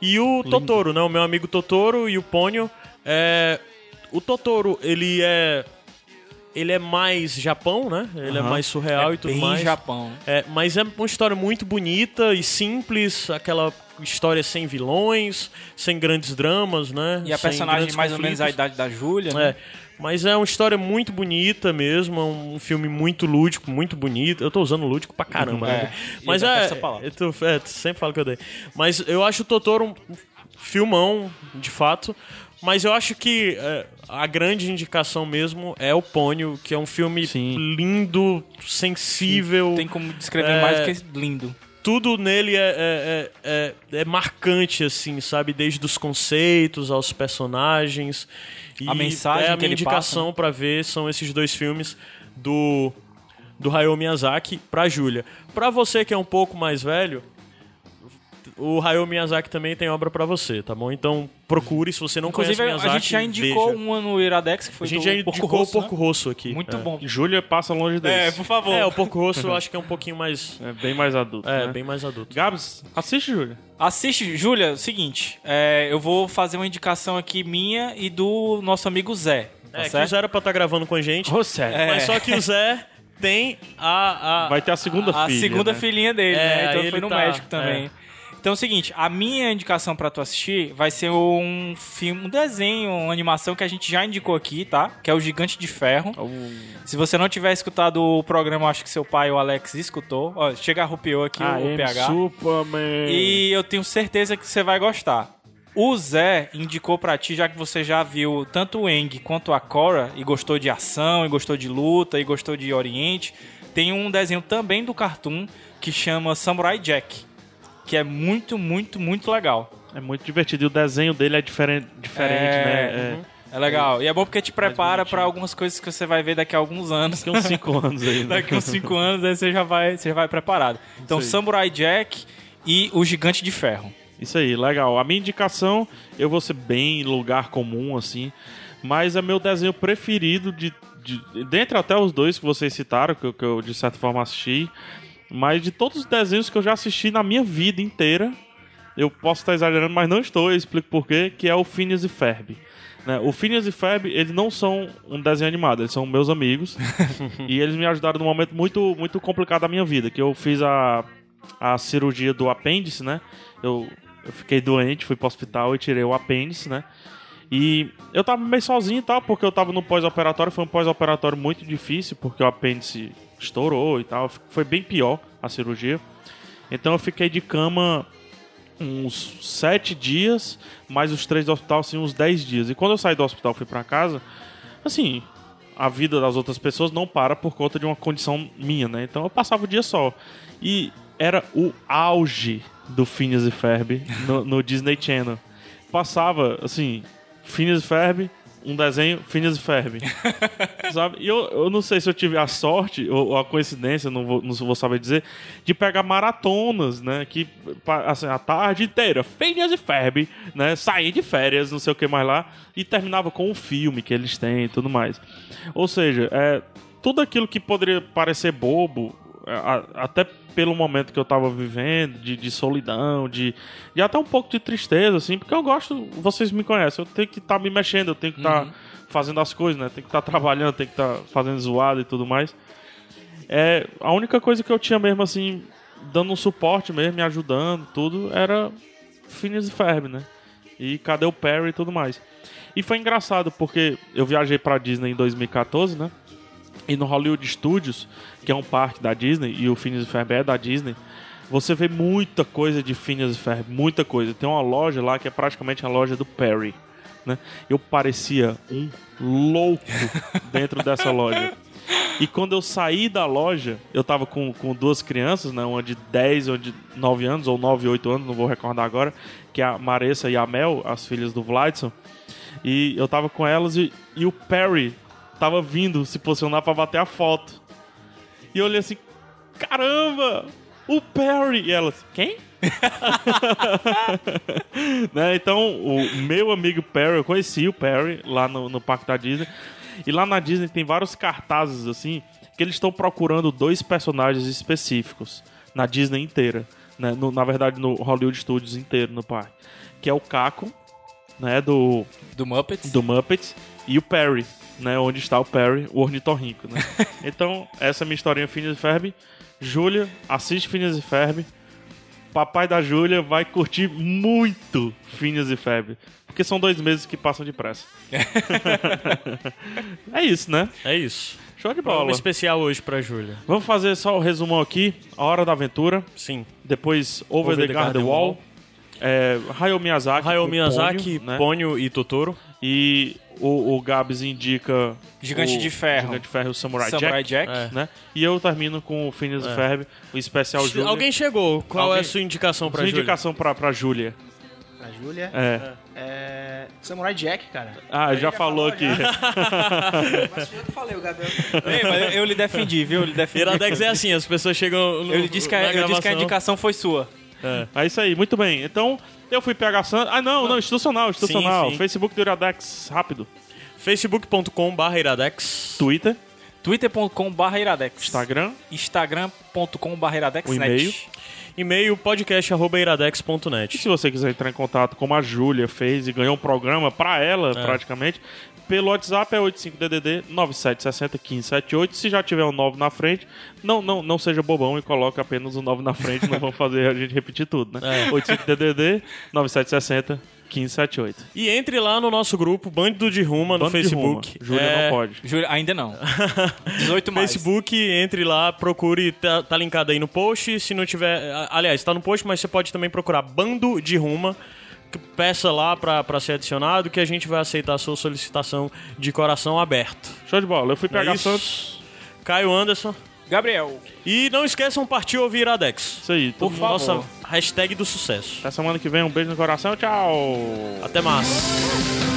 C: e o Totoro, né? O meu amigo Totoro e o Ponyo. É... O Totoro, ele é ele é mais Japão, né? Ele é
A: Aham.
C: mais surreal e tudo
B: Bem
C: mais.
B: Japão.
C: É, mas é uma história muito bonita e simples, aquela história sem vilões, sem grandes dramas, né?
B: E a
C: Sem
B: personagem
C: grandes
B: mais ou menos a
C: conflitos.
B: idade da Júlia, né?
C: É, mas é uma história muito bonita mesmo, é um filme muito lúdico, muito bonito. Eu tô usando lúdico pra caramba, né?
B: É,
C: Mas
B: ia dar
C: é,
B: essa palavra.
C: eu tô- é, tu sempre falo que eu dei. Mas eu acho o Totoro um filmão, de fato. Mas eu acho que é, a grande indicação mesmo é o Pônio, que é um filme
A: Sim.
C: lindo, sensível.
B: Tem como descrever
C: É.
B: mais do que lindo.
C: Tudo nele é, é, é, é- é marcante, assim, sabe? Desde os conceitos aos personagens. E
B: A mensagem
C: é a
B: que
C: minha
B: ele né?
C: indicação pra ver são esses dois filmes do, do Hayao Miyazaki pra Júlia. Pra você que é um pouco mais velho, o Hayao Miyazaki também tem obra pra você, tá bom? Então procure, se você não
B: Inclusive,
C: conhece
B: a
C: Miyazaki,
B: gente já indicou
C: veja.
B: uma no Iradex, que foi
C: A gente
B: do
C: já
B: Porco
C: indicou
B: Rosso,
C: o Porco
B: né?
C: Rosso aqui.
B: Muito
C: é.
B: bom.
A: Júlia passa longe
B: É,
A: deles.
B: por favor.
C: É, o Porco Rosso eu acho que é um pouquinho mais...
A: É, bem mais adulto.
C: É,
A: né?
C: bem mais adulto.
A: Gabs, assiste, Júlia.
B: Assiste, Júlia, é o seguinte, é, eu vou fazer uma indicação aqui minha e do nosso amigo Zé, tá
C: é, que o
B: certo?
C: Zé era pra estar gravando com a gente.
A: Você.
B: É.
C: Mas só que o Zé tem a. a-
A: Vai ter a segunda
B: a
A: filha.
B: segunda
A: né?
B: filhinha
C: É,
B: dele, né?
C: aí
B: Então
C: ele
B: foi no
C: tá-
B: México também.
C: é.
B: Então é o seguinte, a minha indicação pra tu assistir vai ser um filme, um desenho, uma animação que a gente já indicou aqui, tá? Que é o Gigante de Ferro. Se você não tiver escutado o programa, acho que seu pai, o Alex, escutou. Ó, chega arrupiou aqui
A: Ah,
B: o
A: M.
B: PH.
A: Superman.
B: E eu tenho certeza que você vai gostar. O Zé indicou pra ti, já que você já viu tanto o Eng quanto a Cora e gostou de ação, e gostou de luta, e gostou de Oriente, tem um desenho também do Cartoon que chama Samurai Jack, que é muito, muito, muito legal.
A: É muito divertido. E o desenho dele é diferente, diferente
B: É,
A: né? É,
B: É legal. E é bom porque te prepara pra algumas coisas que você vai ver daqui a alguns anos.
A: Tem uns
C: Uhum.
A: 5 anos aí. Né?
B: daqui uns 5 anos, aí você já vai, você já vai preparado. Então,
A: Isso aí.
B: Samurai Jack e o Gigante de Ferro.
A: Isso aí, legal. A minha indicação, eu vou ser bem lugar comum, assim, mas é meu desenho preferido de, de- dentre até os dois que vocês citaram, que, eu- que eu de certa forma assisti, mas de todos os desenhos que eu já assisti na minha vida inteira, eu posso estar exagerando, mas não estou, eu explico porquê, que é o Phineas e Ferb. Né? O Phineas e Ferb, eles não são um desenho animado, eles são meus amigos. e eles me ajudaram num momento muito, muito complicado da minha vida, que eu fiz a, a cirurgia do apêndice, né? Eu, eu fiquei doente, fui pro hospital e tirei o apêndice, né? E eu tava meio sozinho e tal, porque eu tava no pós-operatório, foi um pós-operatório muito difícil, porque o apêndice estourou e tal, foi bem pior a cirurgia. Então eu fiquei de cama uns sete dias, mais os três do hospital, assim, uns 10 dias. E quando eu saí do hospital e fui pra casa, assim, a vida das outras pessoas não para por conta de uma condição minha, né? Então eu passava o dia só. E era o auge do Phineas e Ferb no, no Disney Channel. Passava, assim, Phineas e Ferb, um desenho, Phineas e Ferb. sabe? E eu, eu não sei se eu tive a sorte ou, ou a coincidência, não vou, não vou saber dizer, de pegar maratonas, né? Que, pa- assim, a tarde inteira, Phineas e Ferb, né? Sair de férias, não sei o que mais lá, e terminava com o filme que eles têm e tudo mais. Ou seja, é, tudo aquilo que poderia parecer bobo, É, a- até pelo momento que eu tava vivendo, de, de solidão, de, de até um pouco de tristeza, assim, porque eu gosto, vocês me conhecem, eu tenho que tá estar me mexendo, eu tenho tá que estar fazendo as coisas, né? Tenho que estar trabalhando, tenho que estar fazendo zoada e tudo mais. É, a única coisa que eu tinha mesmo, assim, dando um suporte mesmo, me ajudando, tudo, era Phineas e Ferb, né? E cadê o Perry e tudo mais. E foi engraçado, porque eu viajei pra Disney em 2014, né? E no Hollywood Studios, que é um parque da Disney, e o Phineas e Ferb é da Disney, você vê muita coisa de Phineas e Ferb, muita coisa. Tem uma loja lá que é praticamente a loja do Perry, né? Eu parecia um louco dentro dessa loja. E quando eu saí da loja, eu tava com, com duas crianças, né? Uma de 10 e uma de 9 anos, ou 9 e 8 anos, não vou recordar agora, que é a Maressa e a Mel, as filhas do Vladson. E eu tava com elas e, e o Perry tava vindo se posicionar pra bater a foto. E eu olhei assim, caramba! O Perry! E elas, quem? né? Então, o meu amigo Perry, eu conheci o Perry lá no, no parque da Disney. E lá na Disney tem vários cartazes assim que eles estão procurando dois personagens específicos na Disney inteira. né? No- na verdade, no Hollywood Studios inteiro no parque. Que é o Caco, né? Do
B: Do Muppets?
A: do Muppets e o Perry, né? Onde está o Perry, o ornitorrinco, né? então, essa é a minha historinha Phineas e Ferb. Júlia, assiste Phineas e Ferb. Papai da Júlia vai curtir muito Phineas e Ferb. Porque são dois meses que passam depressa. é isso, né?
C: É isso.
A: Show de
C: Programa
A: bola.
C: especial hoje pra Júlia.
A: Vamos fazer só o resumão aqui. A Hora da Aventura.
C: Sim.
A: Depois Over, the, Garden Wall. É, Hayao Miyazaki.
C: Hayao
A: com
C: Miyazaki,
A: Ponyo, né?
C: Ponyo e Totoro.
A: E o, o Gabs indica.
B: Gigante
A: o-
B: de Ferro.
A: Gigante de Ferro e o Samurai,
B: Samurai
A: Jack.
B: Jack. É.
C: É.
A: Né? E eu termino com o Phineas e Ferb, o especial
C: Se-
A: Júlia.
C: Alguém chegou. Qual é a
A: Alguém-
C: sua indicação pra
A: Sua
C: Júlia?
A: indicação pra, pra Júlia.
H: A Júlia.
A: É.
H: É, Samurai Jack, cara.
A: Ah, já, falou aqui.
H: Mas foi eu que falei, o Gabriel.
B: Ei, mas eu- eu lhe defendi, viu? Eu lhe defendi.
C: Iradex é assim, as pessoas chegam no,
B: Eu lhe disse que, a-
C: na
B: eu disse que a
C: gravação.
B: indicação foi sua.
A: É isso aí, muito bem. Então, eu fui PH Santos. Ah, não, não, institucional, institucional.
C: sim.
A: Facebook do Iradex, rápido.
C: facebook.com.br iradex.
A: Twitter,
B: twitter.com.br iradex.
A: Instagram.
B: instagram.com.br iradex.
A: O e-mail.
C: E-mail
A: E
C: podcast.iradex.net.
A: se você quiser entrar em contato, como a Júlia fez e ganhou um programa pra
C: É.
A: ela, praticamente, pelo WhatsApp é 85DDD 9760 1578. Se já tiver um 9 na frente, não, não, não seja bobão e coloque apenas o 9 na frente, não vão fazer a gente repetir tudo,
C: É.
A: né? 85DDD 9760 1578.
C: E entre lá no nosso grupo, Bando de Ruma,
A: Bando
C: no
A: de
C: Facebook.
A: Roma. Júlia
C: É,
A: não pode.
B: Júlio, ainda não. 18 mais.
C: Facebook, entre lá, procure, tá, tá linkado aí no post. Se não tiver. a- Aliás, tá no post, mas você pode também procurar Bando de Ruma. que Peça lá pra, pra ser adicionado que a gente vai aceitar a sua solicitação de coração aberto.
A: Show de bola. Eu fui
C: É
A: PH
C: isso.
A: Santos.
C: Caio Anderson.
B: Gabriel.
C: E não esqueçam, partiu ouvir Iradex.
A: Isso aí.
C: Por
A: Por
C: favor.
A: favor.
C: Nossa hashtag do sucesso.
A: Até semana que vem. Um beijo no coração. Tchau.
C: Até mais.
F: Thank